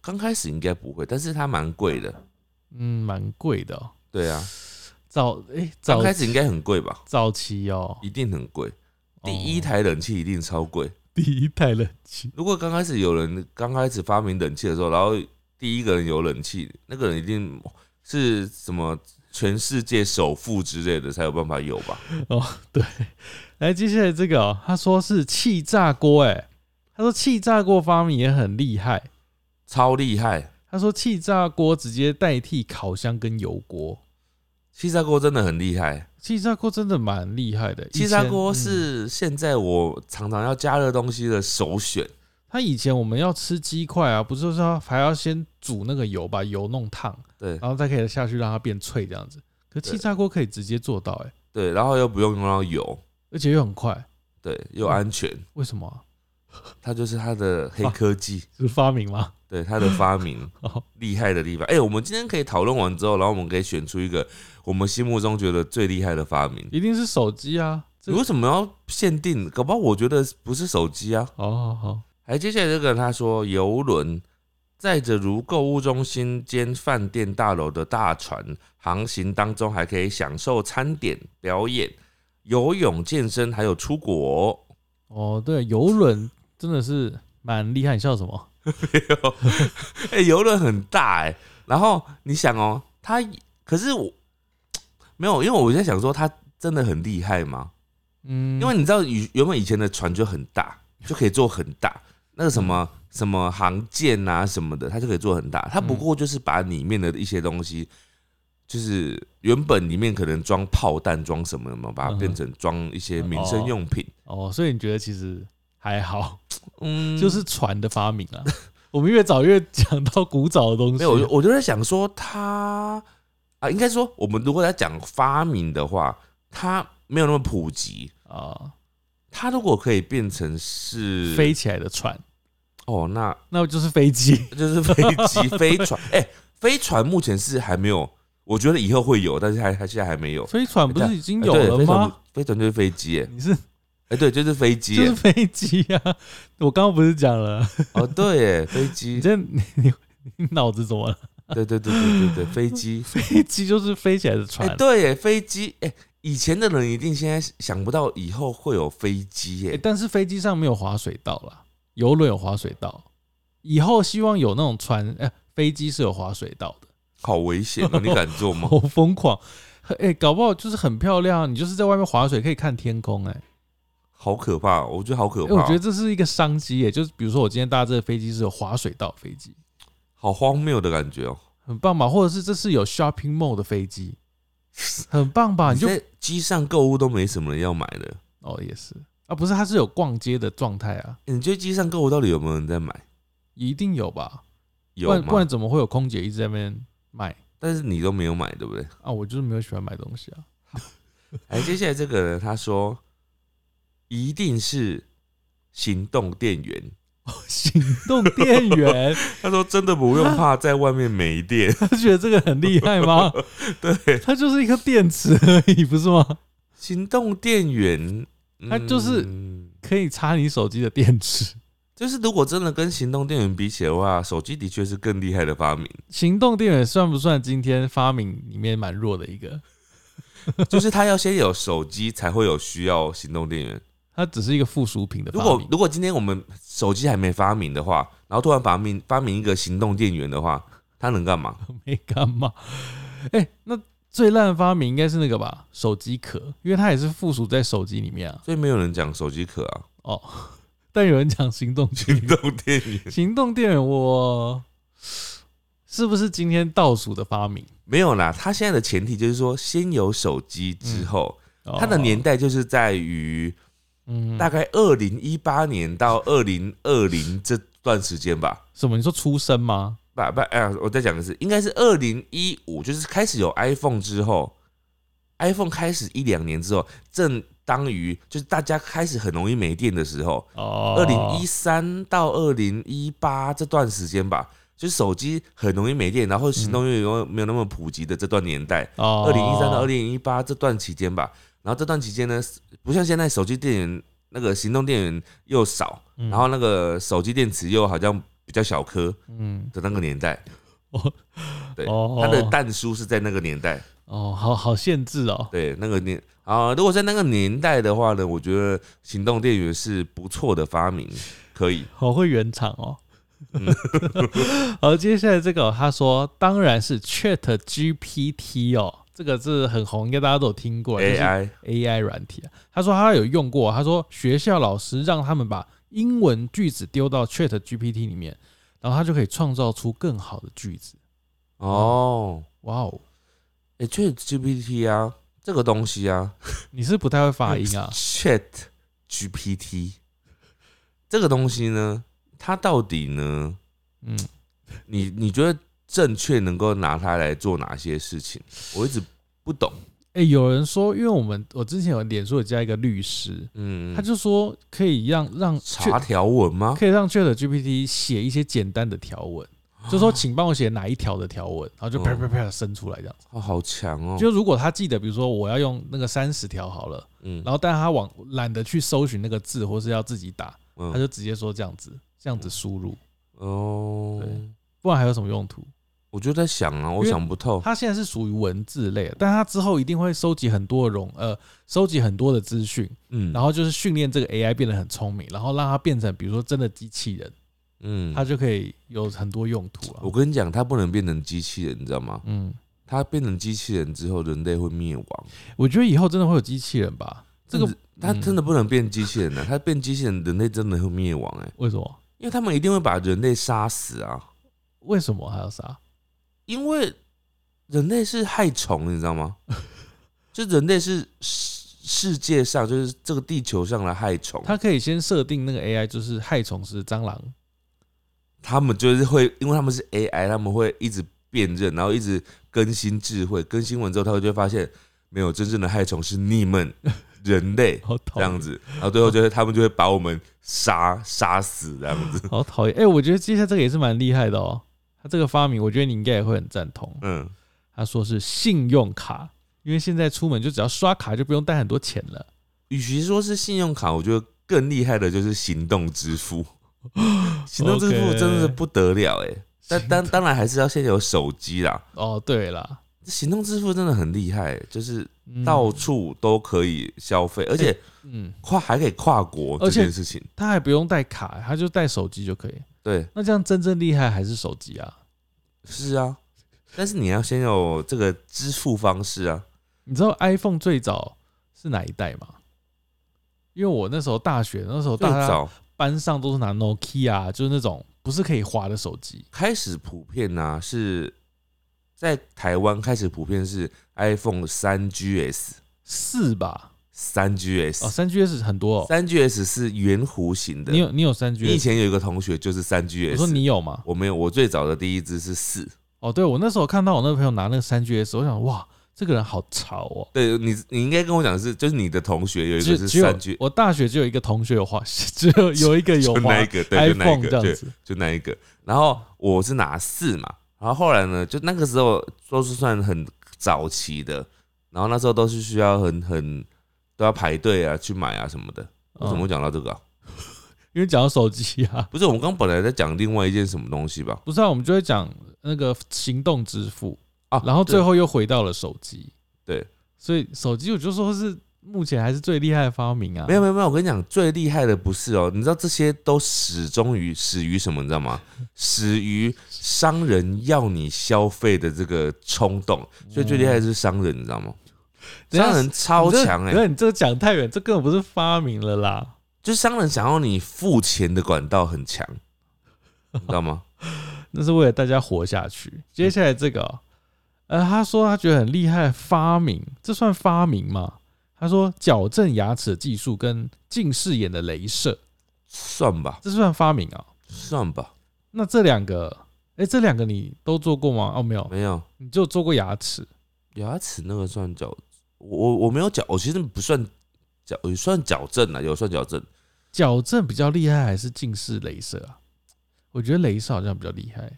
Speaker 2: 刚开始应该不会，但是它蛮贵的。
Speaker 1: 嗯，蛮贵的、哦。
Speaker 2: 对啊，
Speaker 1: 早哎、早
Speaker 2: 刚开始应该很贵吧？
Speaker 1: 早期哦，
Speaker 2: 一定很贵，第一
Speaker 1: 哦
Speaker 2: 台冷气一定超贵。
Speaker 1: 第一台冷气，
Speaker 2: 如果刚开始有人刚开始发明冷气的时候，然后第一个人有冷气，那个人一定是什么全世界首富之类的才有办法有吧？
Speaker 1: 来接下来这个哦，他说是气炸锅，哎，他说气炸锅发明也很厉害，
Speaker 2: 超厉害！
Speaker 1: 他说气炸锅直接代替烤箱跟油锅，
Speaker 2: 气炸锅真的很厉害。
Speaker 1: 气炸锅真的蛮厉害的，以
Speaker 2: 气炸
Speaker 1: 前
Speaker 2: 锅
Speaker 1: 嗯
Speaker 2: 是现在我常常要加热东西的首选。
Speaker 1: 他以前我们要吃鸡块啊，不是说要还要先煮那个油，把油弄烫，
Speaker 2: 对
Speaker 1: 然后再可以下去让它变脆这样子。可是气
Speaker 2: 对
Speaker 1: 炸锅可以直接做到哎、
Speaker 2: 对，然后又不用用到油，
Speaker 1: 而且又很快，
Speaker 2: 对，又安全。
Speaker 1: 为什么、啊？
Speaker 2: 它就是它的黑科技，
Speaker 1: 是发明吗？
Speaker 2: 对它的发明
Speaker 1: 哦
Speaker 2: 厉害的地方。哎，我们今天可以讨论完之后，然后我们可以选出一个我们心目中觉得最厉害的发明。
Speaker 1: 一定是手机啊！这
Speaker 2: 你为什么要限定？
Speaker 1: 哦
Speaker 2: 搞不好我觉得不是手机啊。
Speaker 1: 好好好，
Speaker 2: 还接下来这个他说游轮，载着如购物中心兼饭店大楼的大船航行当中，还可以享受餐点、表演、游泳、健身，还有出国、
Speaker 1: 哦，对，游轮真的是蛮厉害。你笑什么？
Speaker 2: 哎、游轮很大哎、然后你想哦，他可是我没有，因为我在想说他真的很厉害吗？
Speaker 1: 嗯，
Speaker 2: 因为你知道以原本以前的船就很大，就可以做很大，那个什么
Speaker 1: 嗯
Speaker 2: 什么航舰啊什么的，它就可以做很大。它不过就是把里面的一些东西，就是原本里面可能装炮弹、装什么的嘛，把它
Speaker 1: 嗯哼
Speaker 2: 变成装一些民生用品。
Speaker 1: 哦，所以你觉得其实还好，
Speaker 2: 嗯，
Speaker 1: 就是船的发明啊。我们越早越讲到古早的东西，
Speaker 2: 嗯没有，我就我就在想说它啊，应该说我们如果在讲发明的话，它没有那么普及。
Speaker 1: 啊、
Speaker 2: 它如果可以变成是
Speaker 1: 飞起来的船，
Speaker 2: 哦，那
Speaker 1: 那就是飞机。
Speaker 2: 就是飞 机、飞船。哎、飞船目前是还没有，我觉得以后会有，但是还还现在还没有。
Speaker 1: 飞船不
Speaker 2: 哎
Speaker 1: 是已经有了
Speaker 2: 对飞船
Speaker 1: 吗？
Speaker 2: 不飞船就是飞机、哎，
Speaker 1: 你是
Speaker 2: 哎，对，就是飞机、
Speaker 1: 就是
Speaker 2: 哎
Speaker 1: 飞机啊！我刚刚不是讲了？
Speaker 2: 哦，对，哎，飞
Speaker 1: 你
Speaker 2: 机，
Speaker 1: 这你你你脑子怎么了？
Speaker 2: 对对对对对对，飞机，
Speaker 1: 飞机就是飞起来的船啊
Speaker 2: 哎，。对，哎，飞机，哎，以前的人一定现在想不到以后会有飞机，
Speaker 1: 欸
Speaker 2: 哎，
Speaker 1: 但是飞机上没有滑水道啦，游轮有滑水道，以后希望有那种船，哎、飞机是有滑水道的，
Speaker 2: 好危险哦，你敢坐吗？
Speaker 1: 好疯狂！哎、搞不好就是很漂亮啊，你就是在外面划水可以看天空、哎、
Speaker 2: 好可怕，我觉得好可
Speaker 1: 哎
Speaker 2: 怕
Speaker 1: 我觉得
Speaker 2: 哦，
Speaker 1: 这是一个商机、耶，就是比如说我今天搭这个飞机是有滑水道飞机，
Speaker 2: 好荒谬的感觉哦。
Speaker 1: 很棒吧？或者是这是有 shopping mall 的飞 机，很棒吧？
Speaker 2: 你
Speaker 1: 啊你就
Speaker 2: 在机上购物都没什么人要买的，
Speaker 1: 哦也是啊，不是它是有逛街的状态啊，
Speaker 2: 哎你觉得机上购物到底有没有人在买？
Speaker 1: 一定有吧？
Speaker 2: 有
Speaker 1: 不然
Speaker 2: 吗
Speaker 1: 不然怎么会有空姐一直在那边卖
Speaker 2: 但是你都没有买，对不对？
Speaker 1: 啊？我就是没有喜欢买东西啊。
Speaker 2: 哎，接下来这个呢，他说一定是行动电源。
Speaker 1: 行动电 源，
Speaker 2: 他说真的不用怕在外面 没电，
Speaker 1: 他觉得这个很厉害吗？ 对，它就是一个电池而已，不是吗？
Speaker 2: 行动 电源，嗯
Speaker 1: 它啊就是可以插你手机的电池。
Speaker 2: 就是如果真的跟行动电源比起来的话，手机的确是更厉害 的发明。
Speaker 1: 行动电源算不算今天发明里面蛮弱的一个？
Speaker 2: 就是它要先有手机，才会有需要行动电源。
Speaker 1: 它只是一个附属品的
Speaker 2: 如
Speaker 1: 发
Speaker 2: 果
Speaker 1: 明。
Speaker 2: 如果今天我们手机还没发明的话，然后突然发明发明一个行动电源的话，它能干嘛？
Speaker 1: 没干嘛。哎、那最烂的发明应该是那个吧，手机壳，因为它也是附属在手机里面啊。
Speaker 2: 所以没有人讲手机 壳啊，
Speaker 1: 哦，但有人讲行动电
Speaker 2: 行
Speaker 1: 源，
Speaker 2: 动电源。
Speaker 1: 行动电源我是不是今天倒数的发明？
Speaker 2: 没有啦，它现在的前提就是说，先有手机之后，
Speaker 1: 哦
Speaker 2: 它的年代就是在于
Speaker 1: 嗯
Speaker 2: 大概二零一八年到二零二零这段时间吧。
Speaker 1: 什么？你说出生吗？
Speaker 2: 不不，哎、呀，我再讲一次，应该是二零一五，就是开始有 iPhone 之后，iPhone 开始一两年之后，正当于就是大家开始很容易没电的时候，
Speaker 1: 哦，
Speaker 2: 二零一三到二零一八这段时间吧，就是手机很容易没电，然后行动又没有那么普及的这段年代，
Speaker 1: 哦，
Speaker 2: 二零一三到二零一八这段期间吧。然后这段期间呢，不像现在手机电源那个行动电源又少，
Speaker 1: 嗯
Speaker 2: 然后那个手机电池又好像比较小颗
Speaker 1: 嗯，
Speaker 2: 的那个年代，
Speaker 1: 哦
Speaker 2: 对，
Speaker 1: 哦
Speaker 2: 它的弹书是在那个年代，
Speaker 1: 哦，好好限制哦。
Speaker 2: 对，那个年啊，如果在那个年代的话呢，我觉得行动电源是不错的发明，可以，
Speaker 1: 好会圆场哦
Speaker 2: 嗯。
Speaker 1: 好，接下来这个哦、他说当然是 Chat GPT 哦，这个是很红，应该大家都有听过，就是
Speaker 2: AI
Speaker 1: AI 软体啊。他说他有用过，他说学校老师让他们把英文句子丢到 Chat GPT 里面，然后他就可以创造出更好的句子。
Speaker 2: 哦，
Speaker 1: 哇哦，
Speaker 2: 哎、c h a t GPT 啊，这个东西啊？
Speaker 1: 你是不太会发音啊
Speaker 2: ，Chat GPT 这个东西呢，它到底呢，
Speaker 1: 嗯，
Speaker 2: 你你觉得正确能够拿它来做哪些事情？我一直不懂，
Speaker 1: 哎、有人说，因为我们我之前有脸书有加一个律师，
Speaker 2: 嗯，
Speaker 1: 他就说可以让让
Speaker 2: 查条文吗？
Speaker 1: 可以让 Chat GPT 写一些简单的条文，
Speaker 2: 啊
Speaker 1: 就说请帮我写哪一条的条文，然后就啪
Speaker 2: 嗯
Speaker 1: 啪啪地生出来这样子。
Speaker 2: 哦，好强哦，
Speaker 1: 就如果他记得，比如说我要用那个三十条好了，
Speaker 2: 嗯
Speaker 1: 然后但他往懒得去搜寻那个字，或是要自己打，
Speaker 2: 嗯
Speaker 1: 他就直接说这样子，这样子输入。
Speaker 2: 哦
Speaker 1: 对，不然还有什么用途？
Speaker 2: 我就在想啊，我
Speaker 1: 因为
Speaker 2: 想不透。
Speaker 1: 它现在是属于文字类的，但它之后一定会收集很多的容呃，收集很多的资讯，
Speaker 2: 嗯，
Speaker 1: 然后就是训练这个 AI 变得很聪明，然后让它变成比如说真的机器人，
Speaker 2: 嗯，哦
Speaker 1: 它就可以有很多用途了。
Speaker 2: 我跟你讲，它不能变成机器人，你知道吗？
Speaker 1: 嗯，
Speaker 2: 它变成机器人之后，人类会灭亡。
Speaker 1: 我觉得以后真的会有机器人吧？这个
Speaker 2: 真的它真的不能变机器人啊！它变机器人，人类真的会灭亡哎、
Speaker 1: 为什么？
Speaker 2: 因为他们一定会把人类杀死啊！
Speaker 1: 为什么还要杀？
Speaker 2: 因为人类是害虫，你知 道吗？就人类是世世界上，就是这个地球上的害虫，
Speaker 1: 它可以先设定那个 AI 就是害虫是蟑螂，
Speaker 2: 他们就是会，因为他们是 AI，他们会一直辨认，然后一直更新智慧。更新完之后，他们就会发现，没有真正的害虫是 你们人类
Speaker 1: 好讨
Speaker 2: 这样
Speaker 1: 厌，
Speaker 2: 子。然后最后就是他们就会把我们杀杀死这样子。
Speaker 1: 好讨厌。哎、我觉得接下来这个也是蛮厉害的哦。他这个发明，我觉得你应该也会很赞同。
Speaker 2: 嗯，
Speaker 1: 他说是信用卡，因为现在出门就只要刷卡就不用带很多钱了。
Speaker 2: 与其说是信用卡，我觉得更厉害的就是行动支 付。行动支付
Speaker 1: OK
Speaker 2: 真的是不得了哎、但当当然还是要先有手机啦。
Speaker 1: 哦，对啦，
Speaker 2: 行动支付真的很厉害、欸就是
Speaker 1: 嗯
Speaker 2: 到处都可以消费，而且
Speaker 1: 嗯，
Speaker 2: 跨还可以跨国
Speaker 1: 而
Speaker 2: 这
Speaker 1: 且
Speaker 2: 件事情。
Speaker 1: 他还不用带卡，他就带手机就可以。
Speaker 2: 对，
Speaker 1: 那这样真正厉害还是手机啊？
Speaker 2: 是啊，但是你要先有这个支付方式啊。
Speaker 1: 你知道 iPhone 最早是哪一代吗？因为我那时候大学那时候
Speaker 2: 最
Speaker 1: 大家
Speaker 2: 早
Speaker 1: 班上都是拿 Nokia，就是那种不是可以滑的手机。
Speaker 2: 开始普遍呢、啊，是在台湾开始普遍是 iPhone 三 GS、
Speaker 1: 四吧？
Speaker 2: 三
Speaker 1: 哦，
Speaker 2: GS、
Speaker 1: 三 GS 很多、哦。
Speaker 2: 三 GS 是圆弧形的
Speaker 1: 你。有你有三
Speaker 2: 你以
Speaker 1: GS？
Speaker 2: 前有一个同学就是三
Speaker 1: 我说
Speaker 2: GS，
Speaker 1: 你有吗？
Speaker 2: 我没有，我最早的第一支是四。
Speaker 1: 哦，对，我那时候看到我那个朋友拿那个三 GS，我想哇，这个人好潮哦。
Speaker 2: 对你，你应该跟我讲的是，就是你的同学有一
Speaker 1: 只
Speaker 2: 个是
Speaker 1: 只有
Speaker 2: 三 G，
Speaker 1: 我大学只有一个同学有滑， 只有有一个有
Speaker 2: 就
Speaker 1: 滑
Speaker 2: 那一个，对，就那一
Speaker 1: iPhone
Speaker 2: 个，
Speaker 1: 这样
Speaker 2: 对，
Speaker 1: 子。
Speaker 2: 就那一个。然后我是拿四嘛，然后后来呢，就那个时候都是算很早期的，然后那时候都是需要很很都要排队啊去买啊什么的。我怎么会
Speaker 1: 嗯
Speaker 2: 讲到这个啊、
Speaker 1: 因为讲到手机啊，
Speaker 2: 不是，我们刚本来在讲另外一件什么东西吧？
Speaker 1: 不是啊，我们就会讲那个行动支付，
Speaker 2: 啊，
Speaker 1: 然后
Speaker 2: 对
Speaker 1: 最后又回到了手机。
Speaker 2: 对，
Speaker 1: 所以手机我就说是目前还是最厉害的发明啊。
Speaker 2: 没有没有没有，我跟你讲，最厉害的不是哦，你知道这些都始终于始于什么，你知道吗？始于商人要你消费的这个冲动，所以最厉害的是商人，你知道吗？
Speaker 1: 嗯等一下
Speaker 2: 商人超强哎、
Speaker 1: 那你这个讲太远，这根本不是发明了啦。
Speaker 2: 就是商人想要你付钱的管道很强，你知道吗？
Speaker 1: 那是为了大家活下去。接下来这个哦、呃，他说他觉得很厉害，发明这算发明吗？他说矫正牙齿的技术跟近视眼的镭射，
Speaker 2: 算吧，
Speaker 1: 这算发明啊、
Speaker 2: 算吧，
Speaker 1: 那这两个，哎、这两个你都做过吗？哦，没有，
Speaker 2: 没有
Speaker 1: 你就做过牙齿。
Speaker 2: 牙齿那个算矫，我我我没有矫，我其实不算矫，也算矫正啊，有算矫正。
Speaker 1: 矫正比较厉害还是近视镭射啊？我觉得镭射好像比较厉害。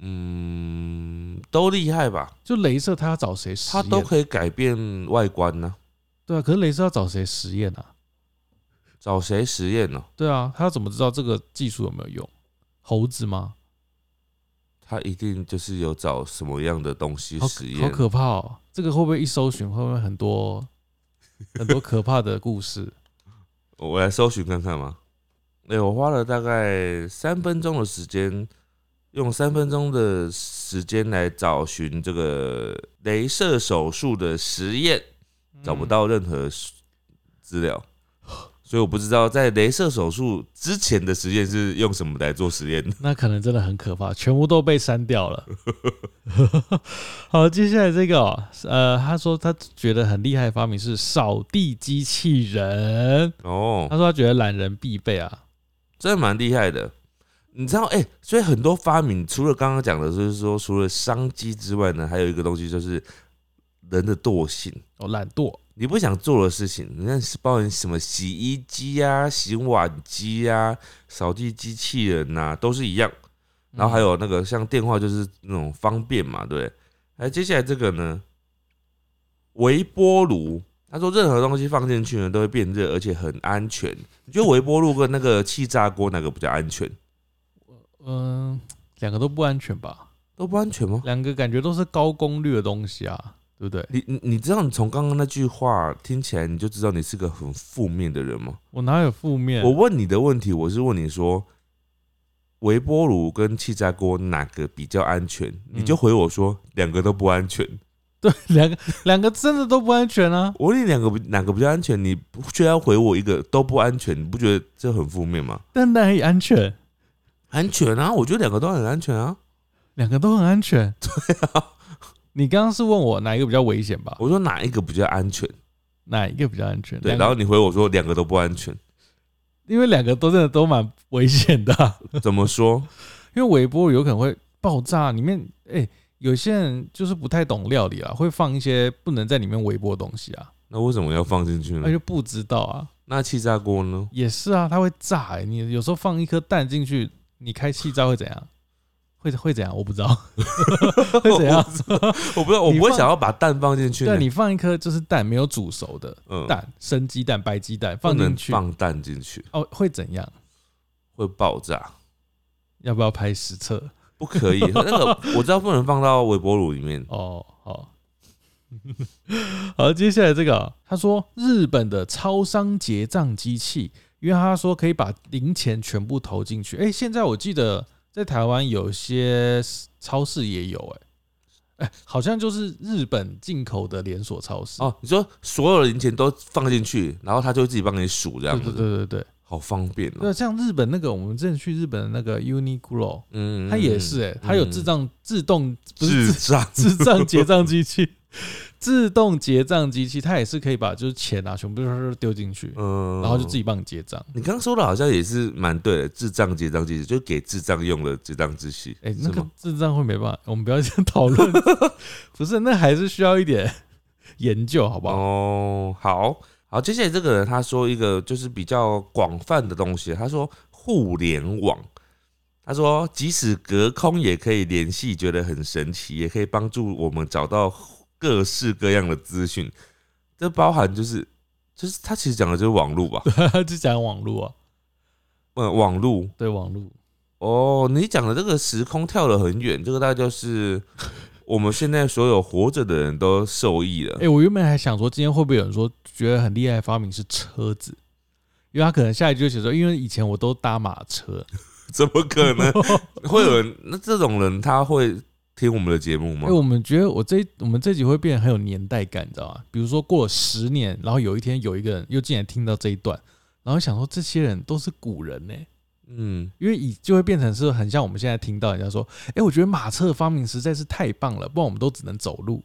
Speaker 2: 嗯，都厉害吧？
Speaker 1: 就镭射，他要找谁实
Speaker 2: 它
Speaker 1: 验？
Speaker 2: 都可以改变外观呢、
Speaker 1: 对啊，可是镭射要找谁实验啊？
Speaker 2: 找谁实验呢、
Speaker 1: 对啊，他要怎么知道这个技术有没有用？猴子吗？
Speaker 2: 他一定就是有找什么样的东西
Speaker 1: 好
Speaker 2: 实
Speaker 1: 好
Speaker 2: 验。
Speaker 1: 可怕哦！这个会不会一搜寻，会不会很多 很多可怕的故事？
Speaker 2: 我来搜寻看看嘛。哎、我花了大概三分钟的时间，用三分钟的时间来找寻这个镭射手术的实验，
Speaker 1: 嗯
Speaker 2: 找不到任何资料，所以我不知道在镭射手术之前的实验是用什么来 做实验的。
Speaker 1: 那可能真的很可怕，全部都被删掉了。 好，接下来这个、哦，呃，他说他觉得很厉害的发明是扫地机器人。
Speaker 2: 哦
Speaker 1: 他，说他觉得懒人必备啊，
Speaker 2: 真的蛮厉害的。你知道，哎、所以很多发明除了刚刚讲的，就是说除了商机之外呢，还有一个东西就是人的惰性。
Speaker 1: 哦，懒惰，
Speaker 2: 你不想做的事情，你看是包含什么洗衣机啊、洗碗机啊、扫地机器人呐、都是一样。然后还有那个像电话，就是那种方便嘛，对不对。哎，接下来这个呢，微波炉，他说任何东西放进去呢都会变热，而且很安全。你觉得微波炉跟那个气炸锅哪个比较安全？
Speaker 1: 嗯，两个都不安全吧？
Speaker 2: 都不安全吗？
Speaker 1: 两个感觉都是高功率的东西啊，对不对？
Speaker 2: 你你你知道你从刚刚那句话听起来，你就知道你是个很负面的人吗？
Speaker 1: 我哪有负面？
Speaker 2: 我问你的问题，我是问你说，微波炉跟气炸锅哪个比较安全？
Speaker 1: 嗯
Speaker 2: 你就回我说两个都不安全。
Speaker 1: 对 两个两个真的都不安全啊。
Speaker 2: 我问你两个比哪个比较安全，你却要回我一个都不安全，你不觉得这很负面吗？
Speaker 1: 但哪里安全？
Speaker 2: 安全啊，我觉得两个都很安全啊。
Speaker 1: 两个都很安全。对啊，你刚刚是问我哪一个比较危险吧？
Speaker 2: 我说哪一个比较安全？
Speaker 1: 哪一个比较安全？
Speaker 2: 对，
Speaker 1: 两个
Speaker 2: 然后你回我说两个都不安全，
Speaker 1: 因为两个都真的都蛮危险的啊、
Speaker 2: 怎么说？
Speaker 1: 因为微波有可能会爆炸，里面哎、有些人就是不太懂料理啊，会放一些不能在里面微波的东西啊，
Speaker 2: 那为什么要放进去
Speaker 1: 那
Speaker 2: 呢？
Speaker 1: 就不知道啊，
Speaker 2: 那气炸锅呢？
Speaker 1: 也是啊，它会炸、欸，你有时候放一颗蛋进去，你开气炸会怎样？会会怎样？我不知 道， 会怎样？
Speaker 2: 我不知道，我
Speaker 1: 你
Speaker 2: 不会
Speaker 1: 放
Speaker 2: 想要把蛋放进去呢。
Speaker 1: 对，啊你放一颗就是蛋没有煮熟的
Speaker 2: 嗯
Speaker 1: 蛋，生鸡蛋、白鸡蛋
Speaker 2: 不
Speaker 1: 放进
Speaker 2: 能
Speaker 1: 去，
Speaker 2: 放蛋进去
Speaker 1: 哦，会怎样？
Speaker 2: 会爆炸，
Speaker 1: 要不要拍实测？
Speaker 2: 不可以。 那个我知道不能放到微波炉里面。
Speaker 1: 哦，好。好，接下来这个啊、他说日本的超商结账机器，因为他说可以把零钱全部投进去。哎、现在我记得在台湾有些超市也有、哎，哎，好像就是日本进口的连锁超市。
Speaker 2: 哦，你说所有的零钱都放进去，然后他就会自己帮你数这
Speaker 1: 对
Speaker 2: 样
Speaker 1: 对
Speaker 2: 子，
Speaker 1: 对对对，
Speaker 2: 好方便哦。
Speaker 1: 那像日本那个，我们之前去日本的那个 Uniqlo，
Speaker 2: 嗯
Speaker 1: 它也是哎、它有智障自动不是
Speaker 2: 智
Speaker 1: 自 智
Speaker 2: 障，
Speaker 1: 障结账机器，自动结账机器，它也是可以把就是钱啊全部都丢进去，
Speaker 2: 嗯
Speaker 1: 然后就自。己帮你结账。
Speaker 2: 你刚刚说的好像也是蛮对的，智障结账机制就给智障用的结账机器，
Speaker 1: 哎、
Speaker 2: 是
Speaker 1: 那个
Speaker 2: 吗？
Speaker 1: 智障会没办法，我们不要这样讨论， 不是，那还是需要一点 研究，好不好？
Speaker 2: 哦，好好，接下来这个人他说一个就是比较广泛的东西，他说互联网，他说即使隔空也可以联系，觉得很神奇，也可以帮助我们找到各式各样的资讯，这包含就是就是他其实讲的就是网络吧，
Speaker 1: 就讲网络啊，
Speaker 2: 嗯，网络
Speaker 1: 对网络，
Speaker 2: 哦，你讲的这个时空跳得很远，这个大概就是我们现在所有活着的人都受益了
Speaker 1: 哎、。我原本还想说，今天会不会有人说觉得很厉害的发明是车子？因为他可能下一句就写说，因为以前我都搭马车，
Speaker 2: 怎么可能 会有人？那这种人他会听我们的节目
Speaker 1: 因
Speaker 2: 吗
Speaker 1: 为？哎我们觉得我这我们这集会变得很有年代感，你知道吗？比如说过了十年，然后有一天有一个人又竟然听到这一段，然后想说这些人都是古人呢、欸
Speaker 2: 嗯，
Speaker 1: 因为以就会变成是很像我们现在听到人家说，哎、我觉得马车的发明实在是太棒了，不然我们都只能走路，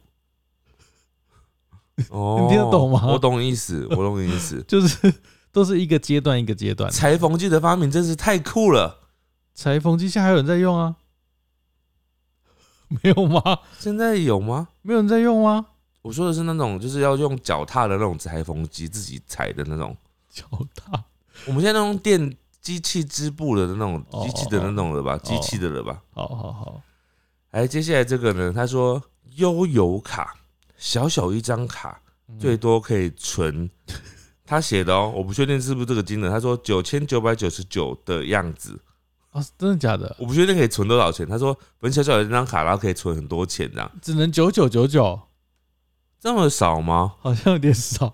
Speaker 2: 哦，
Speaker 1: 你听得懂吗。
Speaker 2: 我懂意思，我懂意思
Speaker 1: 就是都是一个阶段一个阶段。
Speaker 2: 裁缝机的发明真是太酷了！
Speaker 1: 裁缝机现在还有人在用啊？ 没有吗？
Speaker 2: 现在有吗？
Speaker 1: 没有人在用吗？
Speaker 2: 我说的是那种就是要用脚踏的那种裁缝机，自己裁的那种。
Speaker 1: 脚踏
Speaker 2: 我们现在都用电机器织布的那种
Speaker 1: 哦
Speaker 2: 机器的那种了吧？
Speaker 1: 哦
Speaker 2: 机器的了吧？
Speaker 1: 好好好，
Speaker 2: 哎，接下来这个呢？他说悠游卡，小小一张卡，
Speaker 1: 嗯
Speaker 2: 最多可以存。 他写的哦，我不确定是不是这个金额。他说九千九百九十九的样子，
Speaker 1: 啊，真的假的？
Speaker 2: 我不确定可以存多少钱。他说本小小的一张卡，然后可以存很多钱这样，
Speaker 1: 只能九九九九，
Speaker 2: 这么少吗？
Speaker 1: 好像有点少。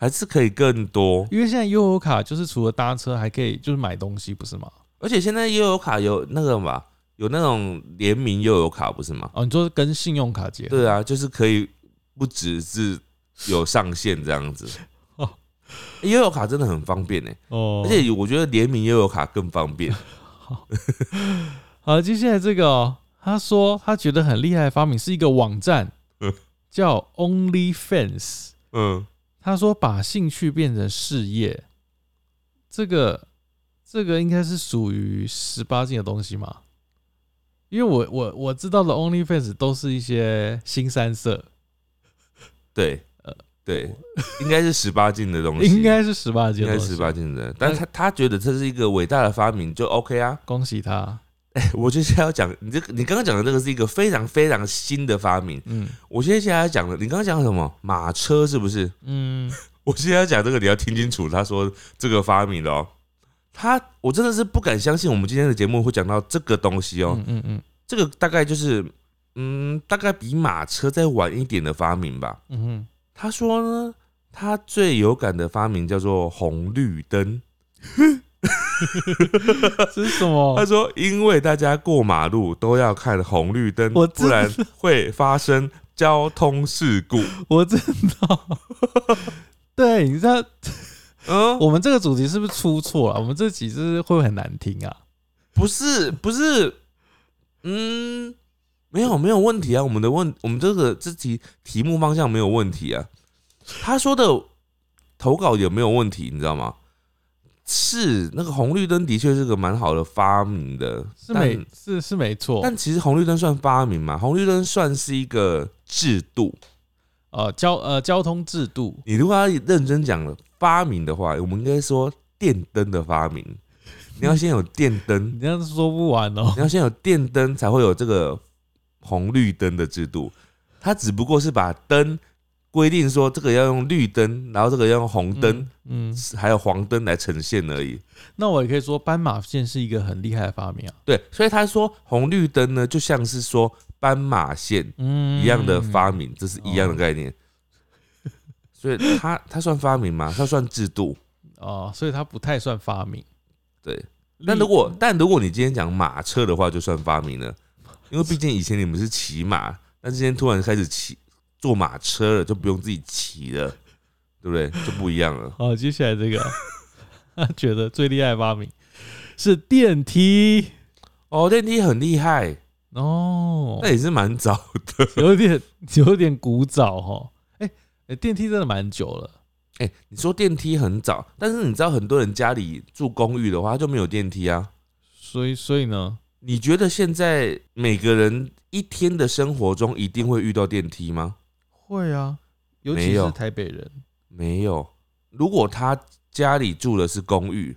Speaker 2: 还是可以更多？
Speaker 1: 因为现在悠游卡就是除了搭车，还可以就是买东西，不是吗？
Speaker 2: 而且现在悠游卡有那个嘛，有那种联名悠游卡不是吗？
Speaker 1: 哦，你说跟信用卡结合？
Speaker 2: 对啊，就是可以不只是有上限这样子 哎
Speaker 1: 哦。
Speaker 2: 悠游卡真的很方便呢、
Speaker 1: 哦，
Speaker 2: 而且我觉得联名悠游卡更方便。
Speaker 1: 好，接下来这个、哦，他说他觉得很厉害的发明是一个网站
Speaker 2: 嗯，
Speaker 1: 叫 OnlyFans。
Speaker 2: 嗯，
Speaker 1: 他说把兴趣变成事业，这个这个应该是属于十八禁的东西嘛？因为我我我知道的 OnlyFans 都是一些新三色，
Speaker 2: 对，
Speaker 1: 呃
Speaker 2: 对，应该是十八禁的东 西，
Speaker 1: 应该是十八禁
Speaker 2: 应
Speaker 1: 的
Speaker 2: 该
Speaker 1: 东西
Speaker 2: 十。八禁的。但他他觉得这是一个伟大的发明，就 OK 啊。
Speaker 1: 恭喜他，
Speaker 2: 我就是要讲你这个，你刚刚讲的这个是一个非常非常新的发明。
Speaker 1: 嗯
Speaker 2: 我现在现在要讲的，你刚刚讲什么？马车是不是？
Speaker 1: 嗯。
Speaker 2: 我现在要讲这个，你要听清楚。他说这个发明的哦，他，我真的是不敢相信我们今天的节目会讲到这个东西哦、
Speaker 1: 嗯嗯嗯
Speaker 2: 这个大概就是，嗯，大概比马车再晚一点的发明吧。
Speaker 1: 嗯哼，
Speaker 2: 他说呢，他最有感的发明叫做红绿灯。
Speaker 1: 这是什么
Speaker 2: 他？说，因为大家过马路都要看红绿灯，
Speaker 1: 我知
Speaker 2: 不然会发生交通事 故。
Speaker 1: 我知道。对，你知道
Speaker 2: 嗯，
Speaker 1: 我们这个主题是不是出错啊了？我们这集是会不会很难听啊？
Speaker 2: 不是，不是，嗯，没有，没有问题啊。我们的问，我们这个这题题目方向没有问题啊。他说的投稿也没有问题，你知道吗？是那个红绿灯的确是个蛮好的发明的，
Speaker 1: 是没
Speaker 2: 但
Speaker 1: 是是没错，
Speaker 2: 但其实红绿灯算发明嘛？红绿灯算是一个制度。
Speaker 1: 呃交呃交通制度
Speaker 2: 你如果要认真讲了发明的话，我们应该说电灯的发明。你要先有电灯，
Speaker 1: 你这样说不完哦、
Speaker 2: 你要先有电灯，才会有这个红绿灯的制度。它只不过是把灯规定说这个要用绿灯，然后这个要用红灯，
Speaker 1: 嗯，嗯，
Speaker 2: 还有黄灯来呈现而已。
Speaker 1: 那我也可以说斑马线是一个很厉害的发明啊，
Speaker 2: 对，所以他说红绿灯呢，就像是说斑马线
Speaker 1: 嗯，
Speaker 2: 一样的发明，这是一样的概念。 所以它它算发明吗？它算制度。
Speaker 1: 哦，所以它不太算发明。
Speaker 2: 对，但如果但如果你今天讲马车的话，就算发明了，因为毕竟以前你们是骑马，但今天突然开始骑坐马车了，就不用自己骑了，对不对？就不一样了。
Speaker 1: 哦好，接下来这个， 他觉得最厉害的发明是电梯
Speaker 2: 哦，电梯很厉害，
Speaker 1: 哦
Speaker 2: 那，也是蛮早的。
Speaker 1: 有点有点古早哈。哎、哎电梯真的蛮久了，
Speaker 2: 哎、你说电梯很早，但是你知道很多人家里住公寓的话，他就没有电梯啊。
Speaker 1: 所以所以呢，
Speaker 2: 你觉得现在每个人一天的生活中一定会遇到电梯吗？
Speaker 1: 会啊，尤
Speaker 2: 没
Speaker 1: 其
Speaker 2: 有
Speaker 1: 是台北人，
Speaker 2: 没有。如果他家里住的是公寓，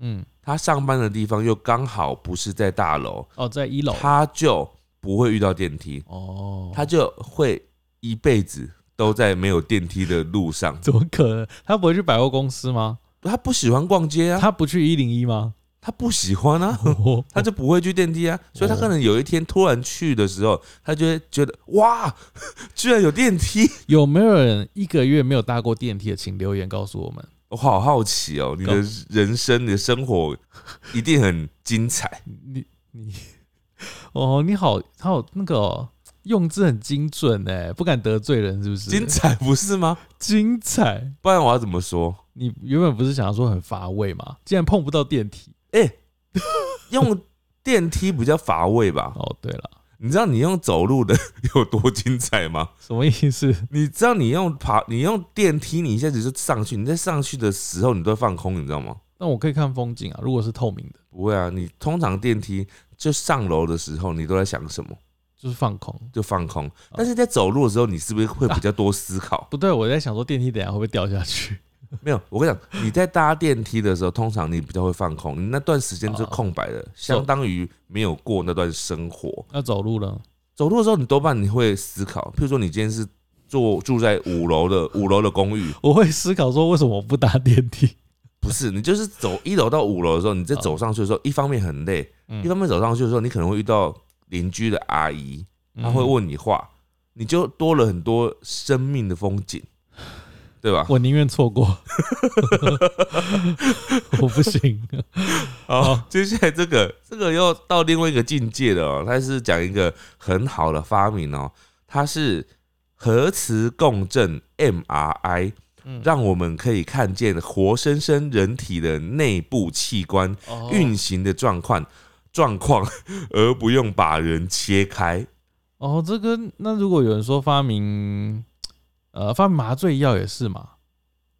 Speaker 1: 嗯，
Speaker 2: 他上班的地方又刚好不是在大楼，
Speaker 1: 哦，在一楼，
Speaker 2: 他就不会遇到电梯，
Speaker 1: 哦，
Speaker 2: 他就会一辈子都在没有电梯的路上。
Speaker 1: 怎么可能？他不会去百货公司吗？
Speaker 2: 他不喜欢逛街啊，
Speaker 1: 他不去一零一吗？
Speaker 2: 他不喜欢 啊，
Speaker 1: 哦
Speaker 2: 他就不会去电梯啊。所以他可能有一天突然去的时候，他就会觉得哇，居然有电梯！
Speaker 1: 有没有人一个月没有搭过电梯的，请留言告诉我们。
Speaker 2: 我好好奇哦，你的人生、你的生活一定很精 彩。
Speaker 1: 你你哦，你好，好那个哦、用字很精准哎，不敢得罪人是不是？
Speaker 2: 精彩不是吗？
Speaker 1: 精彩！
Speaker 2: 不然我要怎么说？
Speaker 1: 你原本不是想要说很乏味吗？竟然碰不到电梯。
Speaker 2: 哎、用电梯比较乏味吧？
Speaker 1: 哦，对了，
Speaker 2: 你知道你用走路的 有多精彩吗？
Speaker 1: 什么意思？
Speaker 2: 你知道你用爬，你用电梯，你一下子就上去，你在上去的时候，你都会放空，你知道吗？
Speaker 1: 那我可以看风景啊，如果是透明的，
Speaker 2: 不会啊，你通常电梯就上楼的时候，你都在想什么？
Speaker 1: 就是放空。
Speaker 2: 就放空。但是在走路的时候，你是不是会比较多思考？
Speaker 1: 不对，我在想说电梯等一下会不会掉下去？
Speaker 2: 没有，我跟你讲，你在搭电梯的时候，通常你比较会放空，你那段时间是空白的，相当于没有过那段生活。
Speaker 1: 那走路呢？
Speaker 2: 走路的时候，你多半你会思考，譬如说你今天是住住在五楼的五楼的公寓，
Speaker 1: 我会思考说为什么我不搭电 梯？
Speaker 2: 不是你就是走一楼到五楼的时候，你在走上去的时候，一方面很累，
Speaker 1: 嗯
Speaker 2: 一方面走上去的时候，你可能会遇到邻居的阿姨，
Speaker 1: 嗯
Speaker 2: 她会问你话，你就多了很多生命的风景，对吧？
Speaker 1: 嗯我宁愿错过， 我不 行。哦
Speaker 2: 好，接下来这个这个又到另外一个境界了哦，它是讲一个很好的发明哦，它是核磁共振 MRI，
Speaker 1: 嗯
Speaker 2: 让我们可以看见活生生人体的内部器官
Speaker 1: 哦
Speaker 2: 运行的状况状况，而不用把人切开。
Speaker 1: 哦，这跟那如果有人说发明，呃，发明麻醉药也是嘛，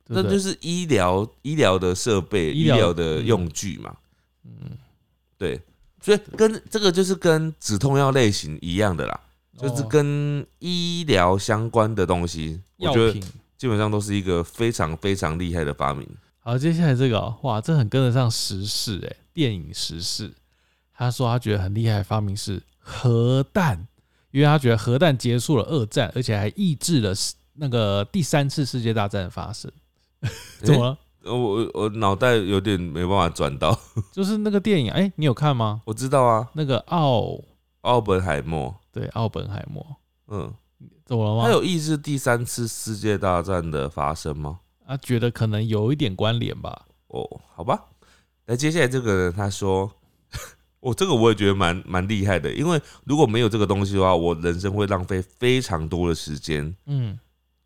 Speaker 1: 对
Speaker 2: 那
Speaker 1: 不对？
Speaker 2: 就是医疗医疗的设备、
Speaker 1: 医
Speaker 2: 医
Speaker 1: 疗嗯
Speaker 2: 疗的用具嘛。对，所以跟这个就是跟止痛药类型一样的啦，就是
Speaker 1: 哦
Speaker 2: 跟医疗相关的东西，我
Speaker 1: 药
Speaker 2: 觉得
Speaker 1: 品。
Speaker 2: 基本上都是一个非常非常厉害的发明。
Speaker 1: 好，接下来这个哦、哇，这很跟得上时事哎、电影时事。他说他觉得很厉害的发明是核弹，因为他觉得核弹结束了二 战，而且还抑制了世那个第三次世界大战的发生。怎么了？
Speaker 2: 呃我我脑袋有点没办法转到，
Speaker 1: 就是那个电影，哎、你有看吗？
Speaker 2: 我知道啊，
Speaker 1: 那个奥
Speaker 2: 奥本海默，
Speaker 1: 对奥本海默，
Speaker 2: 嗯，
Speaker 1: 怎么了吗？
Speaker 2: 他有抑制第三次世界大战的发生吗？
Speaker 1: 啊，觉得可能有一点关联吧。
Speaker 2: 哦，好吧。那接下来这个人他说， 我这个我也觉得蛮蛮厉害的，因为如果没有这个东西的话，我人生会浪费非常多的时间。
Speaker 1: 嗯，